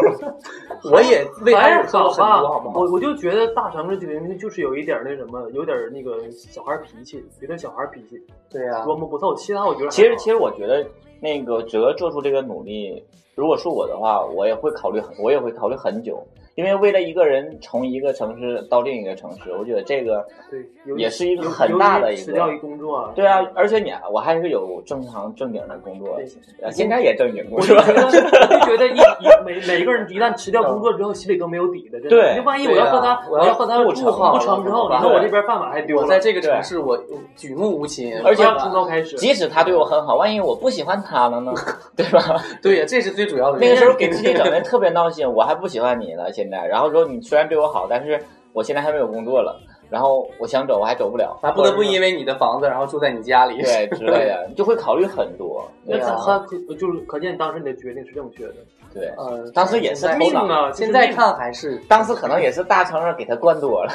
Speaker 4: 我也为他
Speaker 3: 还
Speaker 4: 忍受
Speaker 3: 哎好吧
Speaker 4: 了很多，好，不好？
Speaker 3: 我我就觉得大长这人就是有一点那什么，有点那个小孩脾气，有点小孩脾气，
Speaker 4: 对啊呀、
Speaker 3: 琢磨不透。其他我觉得还好
Speaker 2: 其实，其实我觉得那个哲做出这个努力，如果是我的话，我也会考虑很，我也会考虑很久，因为为了一个人从一个城市到另一个城市，我觉得这个
Speaker 3: 对，有
Speaker 2: 也是一个很大的一个
Speaker 3: 由于辞掉一工作啊。
Speaker 2: 对啊，而且你我还是有正常正经的工作
Speaker 3: 对，
Speaker 2: 呃现在也正经
Speaker 3: 我
Speaker 2: 工
Speaker 3: 就
Speaker 2: 作
Speaker 3: 觉。得，我就觉得一一每每一个人一旦辞掉工作之后，心里都没有底的，真的。
Speaker 2: 对
Speaker 3: 你万一我要和
Speaker 4: 对
Speaker 3: 他
Speaker 4: 啊，
Speaker 3: 我要和他
Speaker 4: 我要
Speaker 3: 住
Speaker 4: 不
Speaker 3: 不
Speaker 4: 成
Speaker 3: 成之后，
Speaker 4: 了
Speaker 3: 你
Speaker 4: 怎
Speaker 3: 看
Speaker 4: 么办
Speaker 3: 我这边饭碗还丢
Speaker 4: 我
Speaker 3: 了。
Speaker 4: 在这个城市我举目无亲，
Speaker 2: 而且
Speaker 3: 要从头开始，
Speaker 2: 即使他对我很好，万一我不喜欢他了呢，对吧？
Speaker 4: 对呀、这是最主要的
Speaker 2: 那
Speaker 4: 原因。
Speaker 2: 个时候给自己 整的特别闹心，我还不喜欢你了，现在。然后说你虽然对我好，但是我现在还没有工作了，然后我想走我还走不了，
Speaker 4: 还不得不因为你的房子，然后住在你家里。
Speaker 2: 对之类的，你就会考虑很多。
Speaker 3: 那
Speaker 2: 对
Speaker 3: 他
Speaker 2: 啊，
Speaker 3: 他可就是可见当时你的决定是正确的。
Speaker 2: 对，
Speaker 4: 呃，
Speaker 2: 当时也是
Speaker 4: 现在哦
Speaker 2: 头
Speaker 3: 命
Speaker 2: 脑
Speaker 3: 啊！
Speaker 4: 现在看还是
Speaker 2: 当时可能也是大成人给他灌多了，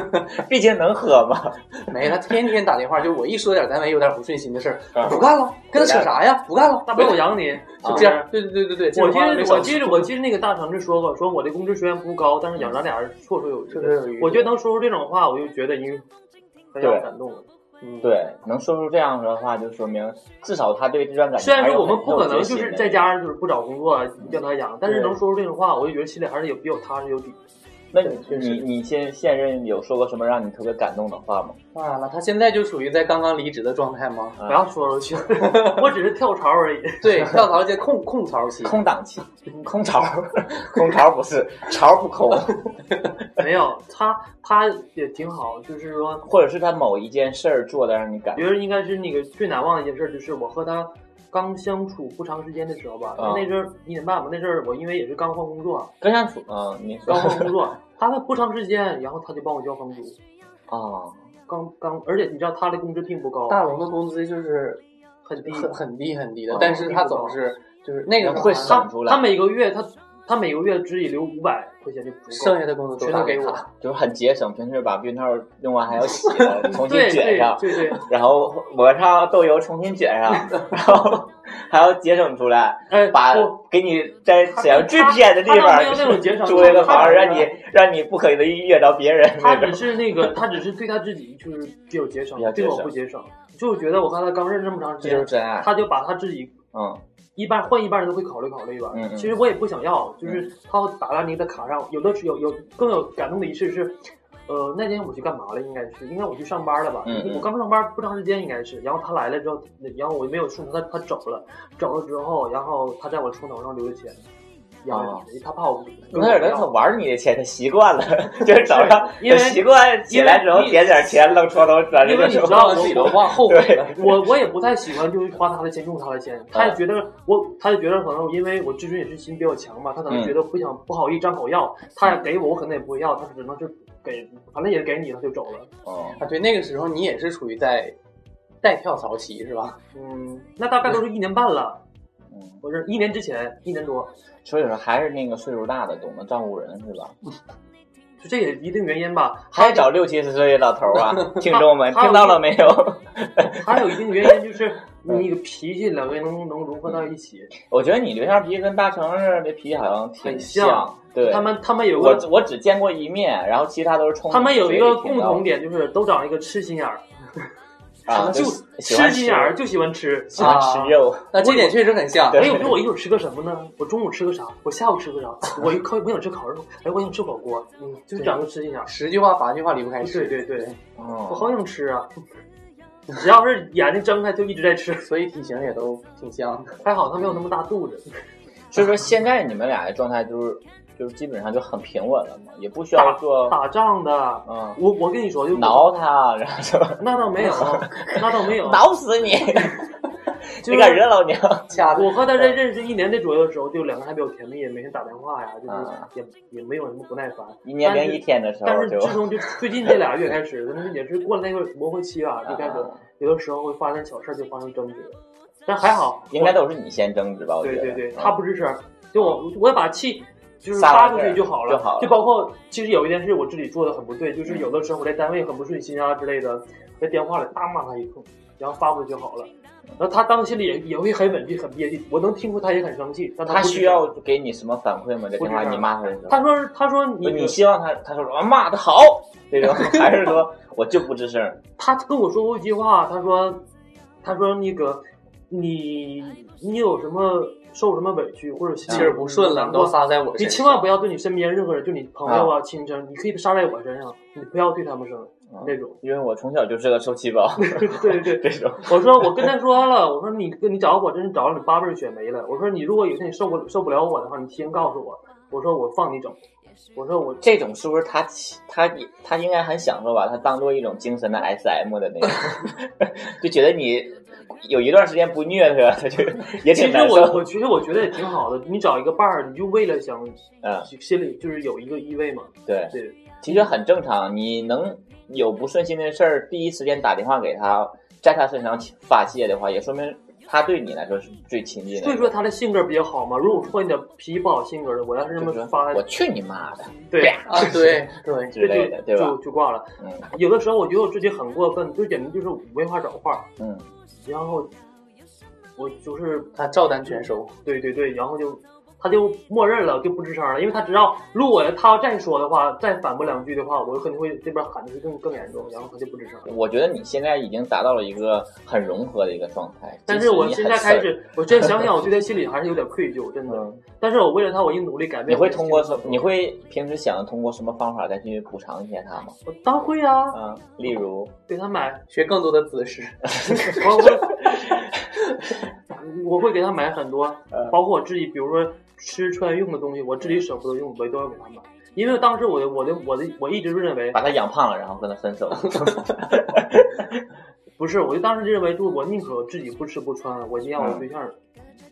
Speaker 2: 毕竟能喝嘛。
Speaker 4: 没他天天打电话，就我一说点单位有点不顺心的事儿，
Speaker 2: 啊
Speaker 4: 不干了，跟他扯啥呀？不干了，
Speaker 3: 大不了我养你，是
Speaker 4: 就
Speaker 3: 不
Speaker 4: 这
Speaker 3: 是？
Speaker 4: 样。对啊对对对对，这
Speaker 3: 我
Speaker 4: 种
Speaker 3: 记
Speaker 4: 话没
Speaker 3: 得
Speaker 4: 少
Speaker 3: 我记得我记得那个大长就说过，说我的工资虽然不高，但是养咱俩人绰绰有余。
Speaker 4: 绰绰有余
Speaker 3: 我觉得能说出这种话，我就觉得已经非常感动了。
Speaker 4: 嗯
Speaker 2: 对，能说出这样的话，就说明至少他对这段感情
Speaker 3: 虽
Speaker 2: 还
Speaker 3: 然
Speaker 2: 是
Speaker 3: 说
Speaker 2: 有
Speaker 3: 我
Speaker 2: 很
Speaker 3: 们不可
Speaker 2: 有
Speaker 3: 能
Speaker 2: 决
Speaker 3: 就
Speaker 2: 心
Speaker 3: 是
Speaker 2: 的
Speaker 3: 在家就是不找工作啊让他养，但是能说出这种话，我就觉得心里还是有比较踏实有底。
Speaker 2: 那
Speaker 4: 对确实
Speaker 2: 你你现现任有说过什么让你特别感动的话吗？
Speaker 4: 当然了，他现在就处于在刚刚离职的状态吗？
Speaker 2: 啊
Speaker 3: 不要说出去， 我只是跳槽而已。
Speaker 4: 对，跳槽这空空槽期，
Speaker 2: 空档期，空巢，空巢不是巢不空，
Speaker 3: 没有他，他也挺好，就是说
Speaker 2: 或者是他某一件事儿做的让你感
Speaker 3: 我觉得应该是那个最难忘的一件事，就是我和他刚相处不长时间的时候吧。
Speaker 2: 啊
Speaker 3: 那阵儿一年半吧，那阵儿我因为也是刚换工作，
Speaker 2: 跟相处，嗯，你说
Speaker 3: 刚换工作，他们不长时间，然后他就帮我交房租，
Speaker 2: 啊，
Speaker 3: 刚刚，而且你知道他的工资并不高，
Speaker 4: 大龙的工资就是
Speaker 3: 很低，
Speaker 4: 很很低很低的
Speaker 2: 哦，
Speaker 4: 但是他总是就是那个
Speaker 2: 会
Speaker 4: 剩
Speaker 2: 省
Speaker 3: 他
Speaker 2: 出
Speaker 3: 他
Speaker 2: 来，
Speaker 3: 每个月他他每个月只留五百块钱就足够
Speaker 4: 剩，下的工资
Speaker 3: 全都
Speaker 4: 都打
Speaker 3: 给
Speaker 4: 他
Speaker 3: 我。，
Speaker 2: 就是很节省。平时把避孕套用完还要洗 了，重新
Speaker 3: 对
Speaker 2: 卷
Speaker 3: 对
Speaker 2: 上，
Speaker 3: 对对，
Speaker 2: 然后抹上豆油重新卷 上，然后还要节省出来，
Speaker 3: 哎，
Speaker 2: 把
Speaker 3: 不
Speaker 2: 给你在沈阳最偏的地
Speaker 3: 他他
Speaker 2: 方
Speaker 3: 没有 那种节省
Speaker 2: 租一个
Speaker 3: 他
Speaker 2: 房，
Speaker 3: 只是
Speaker 2: 让你让你不可能遇到别人
Speaker 3: 他
Speaker 2: 那种
Speaker 3: 只。是那个，他只是对他自己就是比较节省
Speaker 2: 比较，节
Speaker 3: 对
Speaker 2: 省
Speaker 3: 我不节省。就我觉得我和他刚认识这么长时
Speaker 2: 这就是
Speaker 3: 间，
Speaker 2: 真爱，
Speaker 3: 他就把他自己
Speaker 2: 嗯，
Speaker 3: 一般换一般人都会考虑考虑吧。
Speaker 2: 嗯嗯
Speaker 3: 其实我也不想要，就是他打到你的卡上，有的是有有更有感动的一次是，呃，那天我去干嘛了？应该是应该我去上班了吧？
Speaker 2: 嗯嗯
Speaker 3: 我刚上班不长时间，应该是。然后他来了之后，然后我没有送他，他走了，走了之后，然后他在我的床头上留的钱，
Speaker 4: 要
Speaker 2: 啊
Speaker 4: 你，他怕我不
Speaker 2: 有点人他玩你的钱，他习惯 了，就是早上
Speaker 3: 因为
Speaker 2: 他习惯起来之后
Speaker 3: 因为
Speaker 2: 点点钱，愣戳头转
Speaker 3: 因
Speaker 2: 这
Speaker 3: 为
Speaker 2: 个
Speaker 3: 你
Speaker 2: 时
Speaker 3: 知
Speaker 2: 候
Speaker 3: 道
Speaker 4: 我
Speaker 3: 我
Speaker 4: 自己都忘后悔了。
Speaker 3: 我我也不太喜欢，就是花他的钱用他的钱，他也觉得我，他也觉得可能因为我自尊也是心比较强吧，他可能
Speaker 2: 嗯
Speaker 3: 觉得不想不好意思张口要，他给我我可能也不会要，他只能是给，反正也是给你了就走了。
Speaker 2: 哦
Speaker 4: 啊，对，那个时候你也是处于在带跳槽期是吧？
Speaker 3: 嗯，那大概都是一年半了，
Speaker 2: 嗯，
Speaker 3: 不是一年之前一年多，
Speaker 2: 所以说还是那个岁数大的懂得照顾人是吧？
Speaker 3: 就这也一定原因吧。还
Speaker 2: 还找六七十岁的老头儿 啊，听众们
Speaker 3: 还有
Speaker 2: 听到了没有？
Speaker 3: 还有一定原 因就是
Speaker 2: 嗯
Speaker 3: 你个脾气两个人能能融合到一起，
Speaker 2: 我觉得你对象脾气跟大城市的脾气好像挺
Speaker 3: 很像
Speaker 2: 对，
Speaker 3: 他们他们有
Speaker 2: 我
Speaker 3: 个
Speaker 2: 我只见过一面，然后其他都是冲
Speaker 3: 他们有一个共同
Speaker 2: 点
Speaker 3: 点就是都长一个痴心眼儿，
Speaker 2: 啊，
Speaker 3: 就
Speaker 2: 喜欢
Speaker 3: 心眼儿就喜欢吃，
Speaker 2: 喜欢
Speaker 4: 啊
Speaker 2: 吃肉，
Speaker 4: 那这点确实很像。
Speaker 2: 对
Speaker 3: 哎，我说我一会儿吃个什么呢？我中午吃个啥？我下午吃个啥？我一烤，我想吃烤肉，哎，我想吃火锅，嗯，就是长个吃心眼儿。
Speaker 4: 十句话八句话离不
Speaker 2: 哎
Speaker 4: 开
Speaker 3: 对
Speaker 4: 吃，
Speaker 3: 对对，我
Speaker 2: 哦
Speaker 3: 好想吃啊！只要是眼睛睁开就一直在吃，
Speaker 4: 所以体型也都挺像的。
Speaker 3: 还好他没有那么大肚子，
Speaker 2: 所以说现在你们俩的状态就是就是基本上就很平稳了嘛，也不需要
Speaker 3: 打
Speaker 2: 做
Speaker 3: 打仗的。
Speaker 2: 嗯
Speaker 3: 我我跟你说，就
Speaker 2: 挠他，然后就，
Speaker 3: 那倒没有，那倒没有
Speaker 2: 挠死你，
Speaker 3: 就
Speaker 2: 你
Speaker 3: 是
Speaker 2: 敢惹老娘？
Speaker 4: 掐
Speaker 3: 我和他在认识一年的左右的时候，就两个人还比较甜蜜，每天打电话呀，就是
Speaker 2: 啊
Speaker 3: 也、也没有什么不耐烦。
Speaker 2: 一年零一天的时
Speaker 3: 但
Speaker 2: 候
Speaker 3: 是
Speaker 2: 就
Speaker 3: 自从就最近这俩月开始，可能也是过了那个磨合期吧，就开始
Speaker 2: 啊
Speaker 3: 有的时候会发生小事就发生争执，但还好，
Speaker 2: 应该都是你先争执吧？我
Speaker 3: 对
Speaker 2: 觉得
Speaker 3: 对对，
Speaker 2: 嗯
Speaker 3: 他不吱声，就我我把气就是
Speaker 2: 撒
Speaker 3: 发
Speaker 2: 完
Speaker 3: 出
Speaker 2: 事
Speaker 3: 去
Speaker 2: 儿
Speaker 3: 就好了，
Speaker 2: 就好了
Speaker 3: 包括其实有一件事我自己做的很不对，就是有的时候我在单位很不顺心啊之类的，在电话里大骂他一通，然后发过去就好了。然后他当时心里也也会很委屈、很憋气，我能听出他也很生气，但
Speaker 2: 他
Speaker 3: 不吱
Speaker 2: 需
Speaker 3: 声
Speaker 2: 要给你什么反馈吗？这
Speaker 3: 不
Speaker 2: 电
Speaker 3: 知
Speaker 2: 话
Speaker 3: 道
Speaker 2: 你骂他的时候，
Speaker 3: 他说他说
Speaker 2: 不
Speaker 3: 你
Speaker 2: 是你希望他他说什么骂的好这 种，还是说我就不吱声？
Speaker 3: 他跟我说过一句话，他说，他说那个，你你有什么受什么委屈或者心里
Speaker 4: 气儿不顺了，
Speaker 2: 嗯
Speaker 3: 难
Speaker 4: 你
Speaker 3: 过
Speaker 4: 都撒在我身
Speaker 3: 你
Speaker 4: 上。
Speaker 3: 千万不要对你身边任何人，就你朋友啊、亲生，你可以撒在我身上，你不要对他们生
Speaker 2: 嗯
Speaker 3: 那种。
Speaker 2: 因为我从小就是个受气 包，
Speaker 3: 对对
Speaker 2: 这
Speaker 3: 对，
Speaker 2: 种
Speaker 3: 我说我跟他说了，我说你你找我真是找了你八辈儿血没了。我说你如果有一天你受不受不了我的话，你提前告诉我，我说我放你走。我说我
Speaker 2: 这种是不是他起他他应该很享受吧？他当做一种精神的 SM 的那种， 就觉得你有一段时间不虐他， 他 就也
Speaker 3: 其
Speaker 2: 挺
Speaker 3: 实
Speaker 2: 难
Speaker 3: 我
Speaker 2: 受。
Speaker 3: 我其实我觉得也挺好的，你找一个伴儿，你就为了想
Speaker 2: 嗯，
Speaker 3: 心里就是有一个依偎嘛，
Speaker 2: 对，
Speaker 3: 对。
Speaker 2: 其实很正常。你能有不顺心的事儿，第一时间打电话给他，在他身上发泄的话，也说明他对你来说是最亲近的。
Speaker 3: 所以说他的性格比较好嘛。如果说你的脾气不好性格的，我要是这
Speaker 2: 就
Speaker 3: 么
Speaker 2: 是说
Speaker 3: 发，
Speaker 2: 我去你妈的
Speaker 3: 对
Speaker 4: 啊，对对，
Speaker 2: 之类
Speaker 3: 这
Speaker 2: 的，
Speaker 3: 就
Speaker 2: 对吧
Speaker 3: 就？就挂了。
Speaker 2: 嗯
Speaker 3: 有的时候我觉得我自己很过分，就简直就是没法找话，
Speaker 2: 嗯，
Speaker 3: 然后我就是
Speaker 4: 他照单全收。
Speaker 3: 对对对，然后就他就默认了，就不吱声了，因为他知道如果他要再说的话，再反驳两句的话，我肯定会这边喊的会更更严重，然后他就不吱声了。
Speaker 2: 嗯我觉得你现在已经达到了一个很融合的一个状态。
Speaker 3: 但
Speaker 2: 即
Speaker 3: 是
Speaker 2: 使
Speaker 3: 我
Speaker 2: 你
Speaker 3: 现
Speaker 2: 很
Speaker 3: 在开
Speaker 2: 事儿，
Speaker 3: 始，我现 在想想，我对他心里还是有点愧疚，真的。
Speaker 2: 嗯，
Speaker 3: 但是我为了他，我一努力改
Speaker 2: 你
Speaker 3: 变我
Speaker 2: 会
Speaker 3: 的性
Speaker 2: 通过
Speaker 3: 格。
Speaker 2: 什？你会平时想通过什么方法再去补偿一下他吗？
Speaker 3: 我当然会啊，
Speaker 2: 啊，例如，
Speaker 3: 给他买
Speaker 4: 学更多的 姿势，
Speaker 3: 我我 我会给他买很多
Speaker 2: 嗯，
Speaker 3: 包括我自己，比如说吃穿用的东西，我自己舍不得用，我都要给他买。因为当时我的我的我的我一直认为
Speaker 2: 把他养胖了，然后跟他分 手。
Speaker 3: 不是，我就当时认为就是我宁可自己不吃不穿，我一定要
Speaker 2: 嗯
Speaker 3: 我对象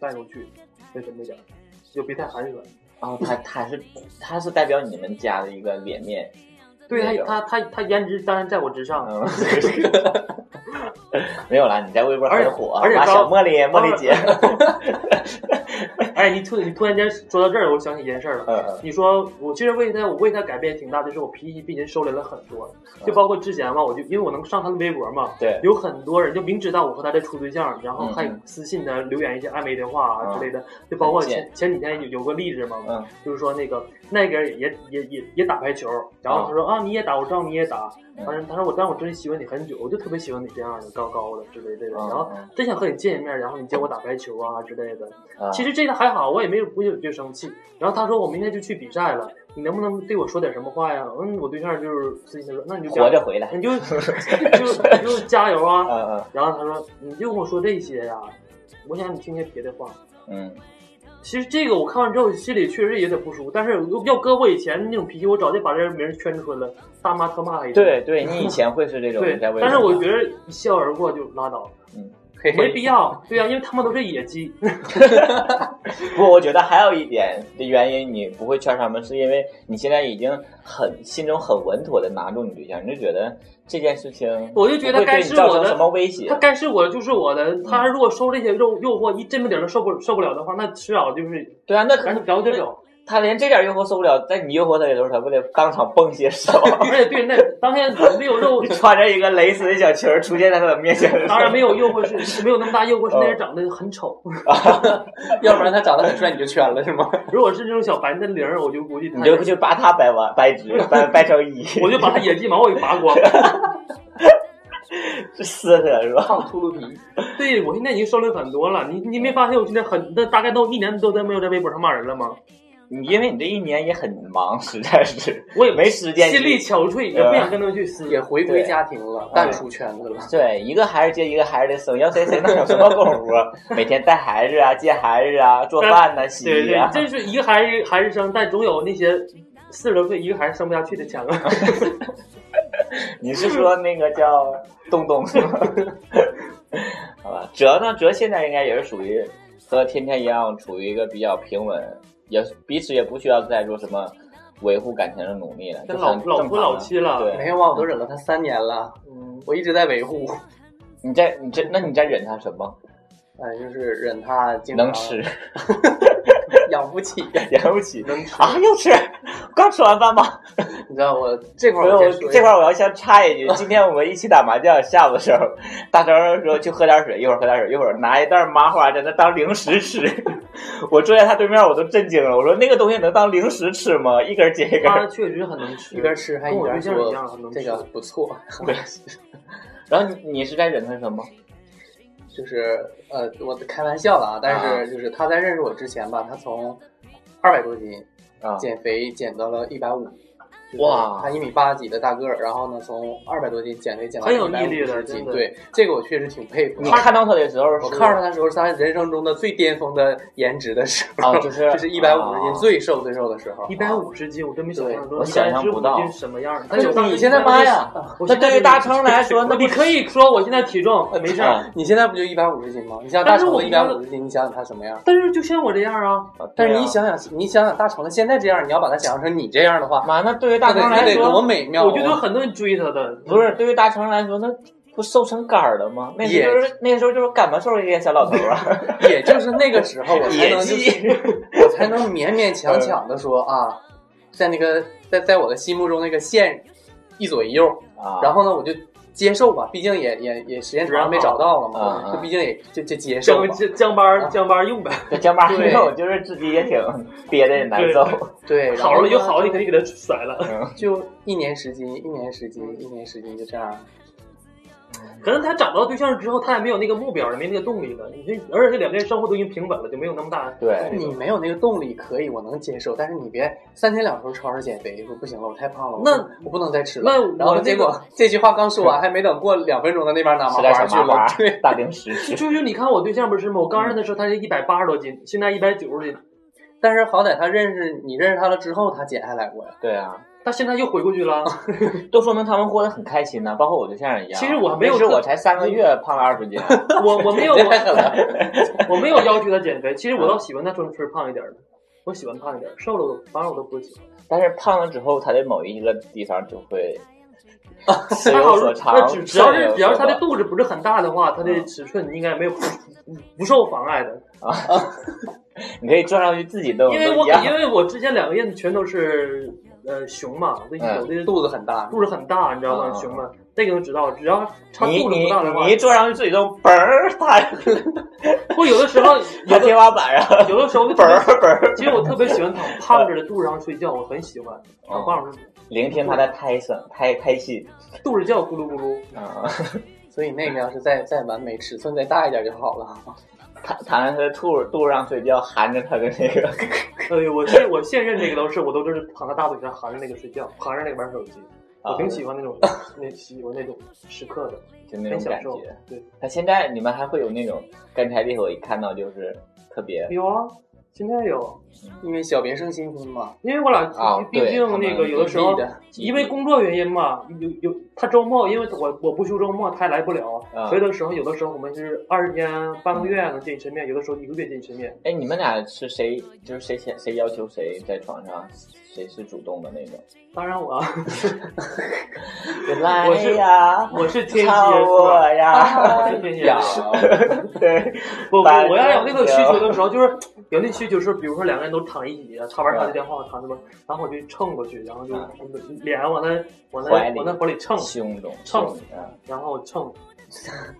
Speaker 3: 带出去，那什么点儿，就别太寒酸。
Speaker 2: 哦，他他是他是代表你们家的一个脸面，
Speaker 3: 对
Speaker 2: 那
Speaker 3: 他
Speaker 2: 种
Speaker 3: 他他他颜值当然在我之上，
Speaker 2: 嗯， 没有啦，你在微博
Speaker 3: 而且
Speaker 2: 很火，
Speaker 3: 而且
Speaker 2: 把
Speaker 3: 刚啊
Speaker 2: 小茉莉茉莉姐，
Speaker 3: 哎，你突你突然间说到这儿，我想起一件事儿了。
Speaker 2: 嗯嗯
Speaker 3: 你说我其实为他，我为他改变挺大，就是我脾气毕竟收敛了很多，
Speaker 2: 嗯
Speaker 3: 就包括之前嘛，我就因为我能上他的微博嘛，
Speaker 2: 对，
Speaker 3: 有很多人就明知道我和他在处对象，然后还
Speaker 2: 嗯
Speaker 3: 私信他留言一些暧昧的话啊
Speaker 2: 嗯
Speaker 3: 之类的，就包括
Speaker 2: 很
Speaker 3: 前前几天有有个例子嘛，
Speaker 2: 嗯
Speaker 3: 就是说那个那个人也也也也打排球，然后他说啊你也打，我知道你也打，
Speaker 2: 嗯
Speaker 3: 反正他说我但我真喜欢你很久，我就特别喜欢你这样的高高的之类的，
Speaker 2: 嗯
Speaker 3: 然后
Speaker 2: 嗯
Speaker 3: 真想和你见一面，然后你接我打排球啊之类的，
Speaker 2: 啊
Speaker 3: 其实这个还好，我也没有不有就生气。然后他说我明天就去比赛了，你能不能对我说点什么话呀？嗯，我对象就是私信他说，那你就加
Speaker 2: 活着，回来，
Speaker 3: 你就就就加油啊。
Speaker 2: 嗯
Speaker 3: 然后他说你就跟我说这些呀、我想你听些别的话。
Speaker 2: 嗯嗯，
Speaker 3: 其实这个我看完之后，心里确实有点不舒服。但是要搁我以前那种脾气，我早就把这名儿圈出来了，大骂特骂一顿。
Speaker 2: 对 对，你以前会是这种，
Speaker 3: 对
Speaker 2: 你才，会
Speaker 3: 但是
Speaker 2: 这
Speaker 3: 我
Speaker 2: 样
Speaker 3: 觉得一笑而过就拉倒了，
Speaker 4: 嘿
Speaker 3: 没
Speaker 4: 嘿，
Speaker 3: 必要。对呀、因为他们都是野 鸡。
Speaker 2: 不过我觉得还有一点的原因，你不会劝他们，是因为你现在已经很心中很稳妥的拿住你对象，你就觉得这件事情
Speaker 3: 我就觉得
Speaker 2: 不会
Speaker 3: 该
Speaker 2: 对你
Speaker 3: 是
Speaker 2: 造
Speaker 3: 我
Speaker 2: 成
Speaker 3: 的
Speaker 2: 什么威胁
Speaker 3: 他。该是我的就是我的，他如果受这些诱诱惑，一这么点儿都受不受不了的话，那迟早就是，
Speaker 2: 对啊，那
Speaker 3: 然后然后就走。
Speaker 2: 他连这点诱惑受不了，在你诱惑他的时候，他不得当场崩些手？
Speaker 3: 而且对，那当天没有肉
Speaker 2: 你，穿着一个蕾丝的小裙儿出现在他的面前的时候，
Speaker 3: 当然没有诱惑是没有那么大诱惑，是那人长得很丑。
Speaker 4: 要不然他长得很帅你就圈了是吗？
Speaker 3: 如果是那种小白嫩零儿，我就估计他
Speaker 2: 你就去把他掰弯、掰直、掰掰成一，
Speaker 3: 我就把他野鸡毛给拔光。
Speaker 2: 撕他是吧？
Speaker 4: 烫秃噜皮，
Speaker 3: 对我现在已经收敛很多了，你你没发现我现在很那大概都一年都在没有在微博上骂人了吗？
Speaker 2: 你因为你这一年也很忙，实在是
Speaker 3: 我也
Speaker 2: 没呃时间。
Speaker 3: 心力憔悴，也不想跟他们去撕。
Speaker 4: 也回归
Speaker 2: 对
Speaker 4: 家庭了，淡出圈子了。
Speaker 2: 对，一个孩子接一个孩子的生，要谁谁能有什么功夫 啊？每天带孩子啊，接孩子啊，做饭呐、洗
Speaker 3: 对
Speaker 2: 衣
Speaker 3: 对
Speaker 2: 啊，，
Speaker 3: 这是一个孩子孩子生，但总有那些四十多岁一个孩子生不下去的强啊。
Speaker 2: 你是说那个叫东东是吗？ 好吧，哲呢？哲现在应该也是属于和天天一样，处于一个比较平稳，也彼此也不需要再做什么维护感情的努力了，就
Speaker 3: 跟老
Speaker 2: 很
Speaker 3: 老
Speaker 2: 正
Speaker 3: 夫
Speaker 2: 常
Speaker 3: 老
Speaker 2: 了
Speaker 3: 妻了
Speaker 2: 对，
Speaker 4: 没有啊，我都忍了他三年了，
Speaker 3: 嗯，
Speaker 4: 我一直在维护。
Speaker 2: 你在你这，那你在忍他什 么？
Speaker 4: 哎，就是忍他
Speaker 3: 啊
Speaker 4: 经常
Speaker 2: 能吃，
Speaker 4: 养不起。
Speaker 2: 养不起
Speaker 3: 能吃。
Speaker 2: 啊，又吃，刚吃完饭吗？
Speaker 4: 你知道我这块
Speaker 2: 所以
Speaker 4: 儿我
Speaker 2: 我
Speaker 4: 先说一
Speaker 2: 这
Speaker 4: 下
Speaker 2: 块儿我要先插 一句，今天我们一起打麻将，下午的时候，大成说去喝点水，一会儿喝点水，一会儿拿一袋麻花在那当零食吃。 我坐在他对面，我都震惊了，我说那个东西能当零食吃吗？一根儿接一根
Speaker 3: 他
Speaker 2: 儿。
Speaker 3: 确实很能吃，
Speaker 4: 一边吃还
Speaker 3: 跟我
Speaker 4: 边
Speaker 3: 对象一
Speaker 4: 说
Speaker 3: 样很能吃。
Speaker 4: 这个不错，
Speaker 2: 然后你你是在忍他什么？
Speaker 4: 就是呃，我开玩笑了啊，但是就是他在认识我之前吧，他从二百多斤
Speaker 2: 啊，
Speaker 4: 减肥减到了一百五。
Speaker 2: 哇
Speaker 4: 他一米八几的大个儿，然后呢，从二百多斤减肥减到
Speaker 3: 很有
Speaker 4: 一
Speaker 3: 毅
Speaker 4: 百
Speaker 3: 力
Speaker 4: 五
Speaker 3: 的
Speaker 4: 十
Speaker 3: 真
Speaker 4: 斤，
Speaker 3: 的
Speaker 4: 对这个我确实挺佩服
Speaker 2: 你
Speaker 4: 的。
Speaker 2: 看到他的时候是，
Speaker 4: 我看着他的时候，是他人生中的最巅峰的颜值的时
Speaker 3: 哦
Speaker 4: 候，
Speaker 2: 啊就是
Speaker 4: 就是一百五十斤
Speaker 2: 啊
Speaker 4: 最瘦最瘦的时候。
Speaker 3: 一百五十斤，我真没想象
Speaker 2: 对
Speaker 3: 中，
Speaker 2: 我想象不到
Speaker 3: 斤什么样儿。
Speaker 4: 就
Speaker 3: 但是
Speaker 4: 你现在妈呀！
Speaker 3: 我
Speaker 2: 那
Speaker 3: 现在
Speaker 2: 对于大成来说，那
Speaker 3: 那
Speaker 2: 不
Speaker 3: 你可以说我现在体
Speaker 4: 呃
Speaker 3: 重 没事儿，
Speaker 2: 啊
Speaker 4: 你现在不就一百五十斤吗？你像大
Speaker 3: 但是
Speaker 4: 成
Speaker 3: 我
Speaker 4: 一百
Speaker 3: 觉得
Speaker 4: 五十斤，你想想他什么样？
Speaker 3: 但是就像我这样 啊，
Speaker 4: 但是你，
Speaker 2: 对
Speaker 4: 想想，你想想大成现在这样，你要把他想象成你这样的
Speaker 2: 啊
Speaker 4: 话，
Speaker 2: 妈，那对于大
Speaker 4: 那得
Speaker 2: 成
Speaker 4: 那
Speaker 2: 来
Speaker 4: 得多
Speaker 2: 说，
Speaker 4: 美妙
Speaker 3: 我觉得有
Speaker 4: 啊！
Speaker 3: 很多人追他的，
Speaker 2: 不是对于大成来说，那不瘦成杆儿了吗？那时候就是那时候就是赶不瘦的一个小老头儿 啊，
Speaker 4: 也就是那个时候，我才
Speaker 2: 野
Speaker 4: 能就是
Speaker 2: 鸡。
Speaker 4: 我才能勉勉强强的说啊，在那个在在我的心目中那个线一左一右，
Speaker 2: 啊，
Speaker 4: 然后呢我就接受吧，毕竟也也也时间长了没找到了
Speaker 2: 啊啊
Speaker 4: 嘛，就毕竟也就就接受
Speaker 3: 江江
Speaker 4: 吧。
Speaker 3: 班儿江班儿用呗，
Speaker 2: 这 江巴
Speaker 4: 对
Speaker 2: 肉就是自己也 挺憋的也难受，
Speaker 4: 对，然后
Speaker 3: 好了
Speaker 4: 呢
Speaker 3: 就好，你肯定给他甩了。
Speaker 2: 嗯，
Speaker 4: 就一年十斤，一年十斤，一年十斤，就这样。
Speaker 3: 可能他找到对象之后，他也没有那个目标了，没那个动力了。你这而且这两个人生活都已经平稳了，就没有那么大。
Speaker 2: 对
Speaker 4: 你没有那个动力可以，我能接受，但是你别三天两头吵着减肥，说不行了，我太胖了，我
Speaker 3: 那
Speaker 4: 不我不能再吃了。
Speaker 3: 那
Speaker 4: 然后
Speaker 3: 我
Speaker 4: 结
Speaker 3: 那个
Speaker 4: 果这句话刚说完，还没等过两分钟，他那边拿麻
Speaker 2: 吃点小
Speaker 4: 花去
Speaker 2: 麻
Speaker 4: 了
Speaker 2: 花，
Speaker 4: 对，
Speaker 2: 大零食吃。
Speaker 3: 就是你看我对象不是吗？我刚认识的时候他是一百八十多斤，现在一百九十斤，
Speaker 4: 但是好歹他认识你认识他了之后，他减下来过呀。
Speaker 2: 对啊，
Speaker 3: 他现在又回过去了。
Speaker 2: 都说明他们过得很开心呢、包括我对象一样。
Speaker 3: 其实我没有
Speaker 2: 是
Speaker 3: 特嗯
Speaker 2: 我才三个月胖了二十斤，啊
Speaker 3: 我我 没有
Speaker 4: 太狠了，
Speaker 3: 我没有要求他减肥，其实我倒喜欢他纯粹胖一点的，我喜欢胖一点，瘦了我反正我都不喜欢。
Speaker 2: 但是胖了之后，他的某一个地方就 会尺
Speaker 3: 他
Speaker 2: 有
Speaker 3: 好
Speaker 2: 所
Speaker 3: 像
Speaker 2: 长
Speaker 3: 他，只只要
Speaker 2: 寸有
Speaker 3: 是
Speaker 2: 所
Speaker 3: 只要是他的
Speaker 2: 短
Speaker 3: 肚子不是很大的话，他的
Speaker 2: 嗯
Speaker 3: 尺寸应该没有不受妨碍的。
Speaker 2: 你可以坐上去自己蹬，
Speaker 3: 因为
Speaker 2: 都
Speaker 3: 我
Speaker 2: 一样
Speaker 3: 因为我之前两个月全都是呃熊嘛，那有的
Speaker 4: 肚子很大，
Speaker 3: 肚子很大，你知道
Speaker 2: 嗯
Speaker 3: 吗？熊嘛，这个能知道，只要他
Speaker 2: 你
Speaker 3: 肚子
Speaker 2: 你
Speaker 3: 不大的话
Speaker 2: 你，一坐上去自己蹬，嘣儿，他
Speaker 3: 或有的时候
Speaker 2: 他天花板上，
Speaker 3: 有的时候就
Speaker 2: 嘣儿嘣儿。
Speaker 3: 其实我特别喜欢躺胖着的肚子上睡觉，我很喜欢
Speaker 2: 哦
Speaker 3: 躺胖着，
Speaker 2: 聆听他的胎声，胎胎心
Speaker 3: 肚子叫咕噜咕噜。
Speaker 2: 啊。
Speaker 4: 所以那个要是再再完美，尺寸再大一点就好了。
Speaker 2: 躺躺在他的肚肚上睡觉，含着他的那 个，
Speaker 3: 哎呦，我现我现任这个都是，我都是躺在大腿上含着那个睡觉，含着那个玩手机，我挺喜欢那种那喜欢那种时刻的，
Speaker 2: 就啊那
Speaker 3: 很
Speaker 2: 种
Speaker 3: 享
Speaker 2: 感
Speaker 3: 受
Speaker 2: 觉。。
Speaker 3: 对，
Speaker 2: 他现在你们还会有那种干柴烈火，一看到就是特别
Speaker 3: 有啊，现在有，
Speaker 4: 因为小别胜新婚嘛，
Speaker 3: 因为我俩
Speaker 2: 啊
Speaker 3: 毕
Speaker 2: 对
Speaker 3: 竟
Speaker 2: 他们
Speaker 3: 那个有的时候
Speaker 4: 异地的
Speaker 3: 因为工作原因嘛，有有他周末，因为我我不休周末，他也来不了，
Speaker 2: 啊嗯
Speaker 3: 所以的时候有的时候我们是二十天半个月能见一次面，有的时候一个月见一次面。
Speaker 2: 哎，你们俩是谁？就是谁先谁要求谁在床上，谁是主动的那种？
Speaker 3: 当然我啊
Speaker 2: 来
Speaker 3: 我是
Speaker 2: 呀，
Speaker 3: 我是天蝎
Speaker 2: 操我
Speaker 3: 座，啊
Speaker 2: 呀！
Speaker 3: 我是天蝎
Speaker 4: 呀
Speaker 2: 啊
Speaker 3: 座。，
Speaker 2: 对，
Speaker 3: 不不，
Speaker 2: 白
Speaker 3: 我要有那
Speaker 2: 了
Speaker 3: 个需求的时候，就是有那需求，就是比如说两个人都躺一起，啊插班插的电话躺那边，然后我就蹭过去，然后就
Speaker 2: 啊
Speaker 3: 脸往他往他
Speaker 2: 怀里
Speaker 3: 往嗯他怀里蹭，
Speaker 2: 胸中，
Speaker 3: 蹭
Speaker 2: 胸中啊
Speaker 3: 然后 蹭，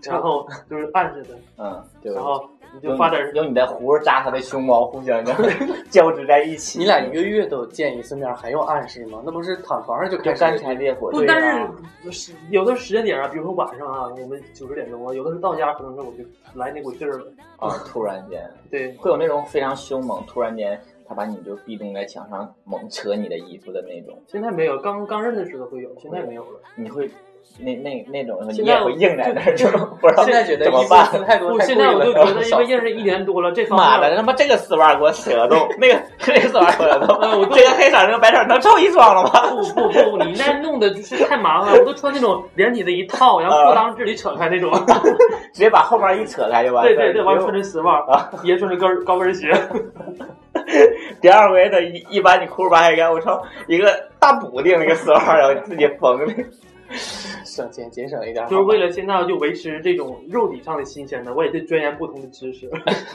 Speaker 3: 然后就是暗示他，
Speaker 2: 嗯，对。
Speaker 3: 然后你就
Speaker 2: 用
Speaker 3: 发点
Speaker 2: 你用你的胡子扎他的胸毛，互相的 交织在一起。
Speaker 4: 你俩一个月都见一次面，还用暗示吗？那不是躺床上就
Speaker 2: 就
Speaker 4: 开始
Speaker 2: 干柴烈火。
Speaker 3: 不，
Speaker 2: 对
Speaker 3: 但
Speaker 2: 啊
Speaker 3: 是是有的时间点啊，比如说晚上啊，我们九十点钟啊，有的是到家可能是我就来那股劲儿了，
Speaker 2: 啊，突然间
Speaker 3: 对，
Speaker 2: 会有那种非常凶猛，突然间他把你就壁咚在墙上，猛扯你的衣服的那种，
Speaker 3: 现在没有，刚刚认识的时候会有，现在没有了。
Speaker 2: 你会那那那种你
Speaker 3: 现在
Speaker 2: 也会硬在那儿，就 不知道
Speaker 4: 现在觉得
Speaker 2: 怎么
Speaker 4: 衣服
Speaker 2: 办。
Speaker 4: 撕太多
Speaker 3: 不，
Speaker 4: 太
Speaker 3: 现在我
Speaker 4: 贵
Speaker 3: 就
Speaker 4: 了
Speaker 3: 觉得，因为认识一年多了，这方
Speaker 2: 妈
Speaker 3: 面
Speaker 2: 的，他妈这个丝袜给我扯 动，那个那个丝袜扯动，
Speaker 3: 哎我
Speaker 2: 这个黑色儿那个白色儿能凑一双了吗？
Speaker 3: 不不不，你那弄的就是太麻烦了，我都穿那种连体的一套，然后裤裆这里扯开那 种。
Speaker 2: 直接把后面一扯开就完事
Speaker 3: 对
Speaker 2: 儿。
Speaker 3: 对对，完穿
Speaker 2: 不
Speaker 3: 着丝袜
Speaker 2: 啊，
Speaker 3: 也穿着高高跟鞋。
Speaker 2: 用第二回他一一把你裤扒开，我操，一个大补丁那个丝袜儿，然后自己缝的。
Speaker 4: 省钱节省一点，
Speaker 3: 就是为了现在就维持这种肉体上的新鲜的，我也是钻研不同的知识。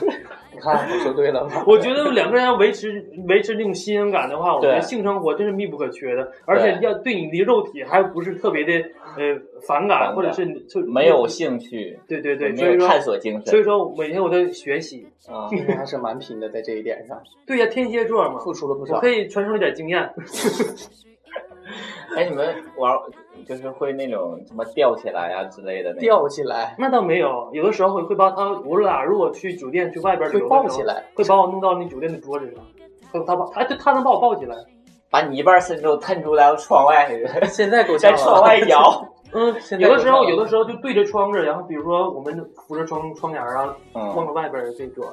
Speaker 4: 你看我说对了吗？
Speaker 3: 我觉得两个人要维持维持那种新鲜感的话，我觉
Speaker 2: 对
Speaker 3: 得性生活真是密不可缺的，而且要对你的肉体还不是特别的呃反
Speaker 2: 反
Speaker 3: 感，
Speaker 2: 感
Speaker 3: 或者是你就
Speaker 2: 没有兴趣，
Speaker 3: 对对对，
Speaker 2: 没
Speaker 3: 所以
Speaker 2: 有
Speaker 3: 说
Speaker 2: 探索精
Speaker 3: 所
Speaker 2: 神
Speaker 3: 以说每天我在学习。
Speaker 2: 啊。
Speaker 4: 今天还是蛮拼的，在这一点上
Speaker 3: 对呀、天蝎座嘛，
Speaker 4: 付出了不
Speaker 3: 我
Speaker 4: 少
Speaker 3: 可。以传授一点经验。
Speaker 2: 哎，你们玩儿就是会那种什么吊起来呀、之类的那种，
Speaker 4: 吊起来，
Speaker 3: 那倒没有，有的时候会会把他，我俩如果去酒店去外边旅
Speaker 4: 会
Speaker 3: 游的时候
Speaker 4: 抱起，来，
Speaker 3: 会把我弄到那酒店的桌子上，他他把他就他能把我抱起来。
Speaker 2: 把你一半身子探出来，窗 外
Speaker 4: 现在够
Speaker 2: 在
Speaker 4: 呛了。
Speaker 2: 窗外摇。
Speaker 3: 嗯，
Speaker 4: 现在
Speaker 3: 有的时候
Speaker 4: 有
Speaker 3: 有的时候就对着窗子，然后比如说我们扶着窗窗帘啊，望
Speaker 2: 嗯，
Speaker 3: 着外边儿这一桌。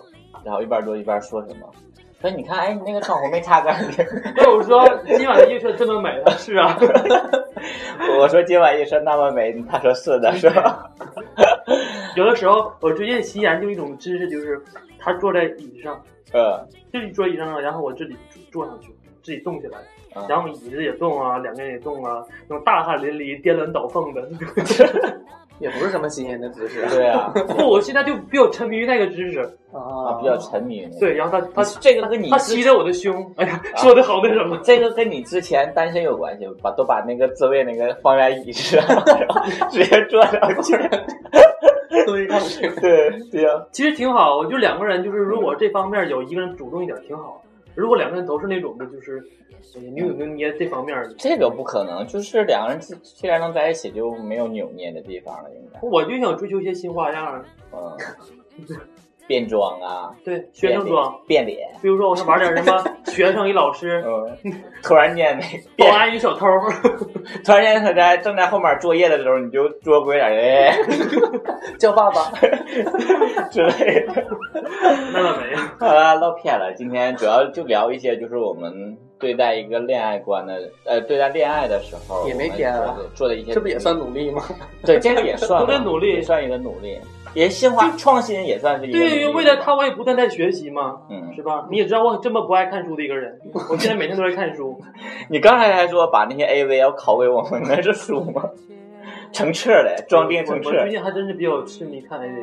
Speaker 2: 然后一边儿说一边儿说什么？说你看，哎，你那个窗户没擦干净。
Speaker 3: 对，哎我说今晚的夜色这么美啊，是啊，
Speaker 2: 我说今晚夜色那么美，他说是的，是 吧？
Speaker 3: 有的时候我最近新研究一种知识，就是他坐在椅上，
Speaker 2: 嗯，
Speaker 3: 就是桌椅上，然后我自己坐上去，自己动起来
Speaker 4: 嗯
Speaker 2: 啊，
Speaker 3: 然后椅子也动啊，两个人也动啊，那种大汗淋漓、颠鸾倒凤的。
Speaker 4: 也不是什么新鲜的姿势
Speaker 2: 对啊，
Speaker 3: 不， 我现在就比较沉迷于那个知识，
Speaker 2: 啊，
Speaker 4: 啊
Speaker 2: 比较沉迷于那个。
Speaker 3: 对，然后他他
Speaker 2: 这个跟你啊
Speaker 3: 他
Speaker 2: 之
Speaker 3: 吸着我的胸，哎呀，说的好那什么，
Speaker 2: 这个跟你之前单身有关系，把都把那个座位那个放在椅子上， 然后直接坐上 去。
Speaker 4: 堆上 去。
Speaker 2: 对对呀、
Speaker 3: 其实挺好。我就两个人，就是如果这方面有一个人主动一点，挺好。如果两个人都是那种的，就是呃扭扭捏捏这方面的，
Speaker 2: 这个不可能，就是两个人既既然能在一起，就没有扭捏的地方了，应该。
Speaker 3: 我就想追求一些新花样儿。
Speaker 2: 嗯，变装啊，
Speaker 3: 对，学生装，
Speaker 2: 变脸，
Speaker 3: 比如说我想玩点什么 学生与老师、
Speaker 2: 嗯，突然 间那个
Speaker 3: 保
Speaker 2: 变，
Speaker 3: 安与小偷，
Speaker 2: 突然间他在正在后面作业的时候，你就捉鬼脸 哎
Speaker 4: 叫爸爸，
Speaker 2: 之类的。
Speaker 3: 那倒 没有。
Speaker 2: 好了，唠偏了。今天主要就聊一些，就是我们对待一个恋爱观的，呃，对待恋爱的时候
Speaker 4: 也没
Speaker 2: 我们
Speaker 4: 偏啊
Speaker 2: 做的做的一些，
Speaker 4: 这不也算努力吗？
Speaker 2: 对，这个也算吧
Speaker 3: 都在努力
Speaker 2: 也算一个努力，也新华创新也算是一个努力。
Speaker 3: 对，因为为了他，我也不断在学习嘛，
Speaker 2: 嗯，
Speaker 3: 是吧？你也知道我这么不爱看书的一个人，我现在每天都在看书。
Speaker 2: 你刚才还说把那些 AV 要拷给我们，那是书吗？ 成册的，装订
Speaker 3: 我
Speaker 2: 成
Speaker 3: 我
Speaker 2: 册。
Speaker 3: 最近还真是比较痴迷看 A V 的。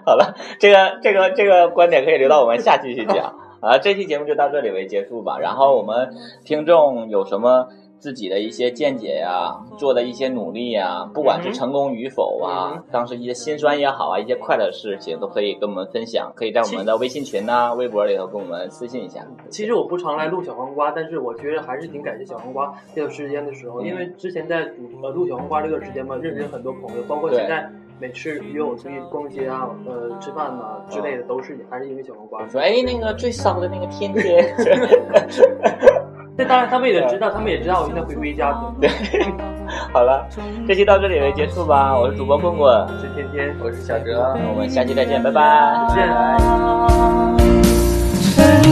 Speaker 2: 好了，这个这个这个观点可以留到我们下期去讲。啊，这期节目就到这里为结束吧。然后我们听众有什么自己的一些见解呀、做的一些努力呀、不管
Speaker 4: 嗯
Speaker 2: 是成功与否啊，当时一些心酸也好啊，一些快乐的事情都可以跟我们分享，可以在我们的微信群呐、微博里头跟我们私信一下。
Speaker 3: 其实我不常来录小黄瓜，但是我觉得还是挺感谢小黄瓜这段时间的时候，
Speaker 2: 嗯
Speaker 3: 因为之前在呃录小黄瓜这段时间嘛，认识很多朋友，包括
Speaker 2: 对
Speaker 3: 现在每次约我出去逛街啊、呃吃饭呐、之类的，都是还是因为小黄瓜
Speaker 2: 我。说，哎，那个最骚的那个天天，
Speaker 3: 这当然他们也知道，他们也知道我现在回归家
Speaker 2: 哦
Speaker 3: 庭，
Speaker 2: 好了，这期到这里为结束吧。我是主播棍棍，
Speaker 3: 是天天。
Speaker 4: 我是小哲。
Speaker 2: 我们下期再见，拜拜。
Speaker 3: 见
Speaker 1: 见。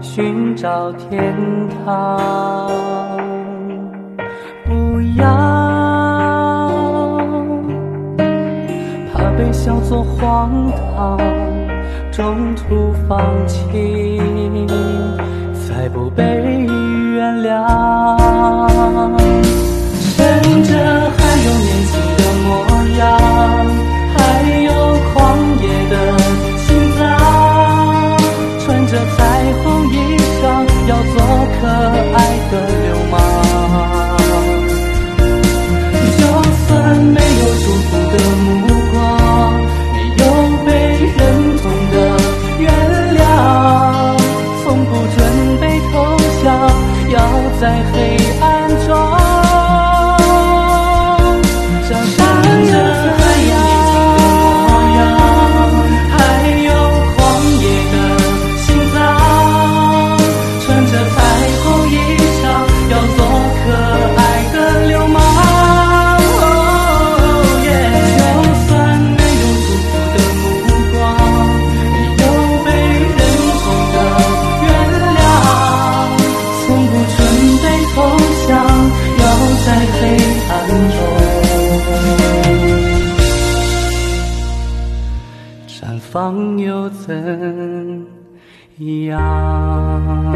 Speaker 5: 寻找天堂。不要怕被笑作荒唐，中途放弃，才不被原谅。趁着还有年轻的模样，还有狂野的心脏，穿着彩虹衣裳，要做可爱的流氓。就算没有祝福的目光，没有被认同的原谅，从不准备投降，要在黑暗中找到着太阳，还有狂野的心脏，穿着彩虹衣裳，要做可爱的流氓。哦耶就算没有祝福的目光，没有被认同的原谅，从不准备投降，要在黑暗中。绽放又怎样？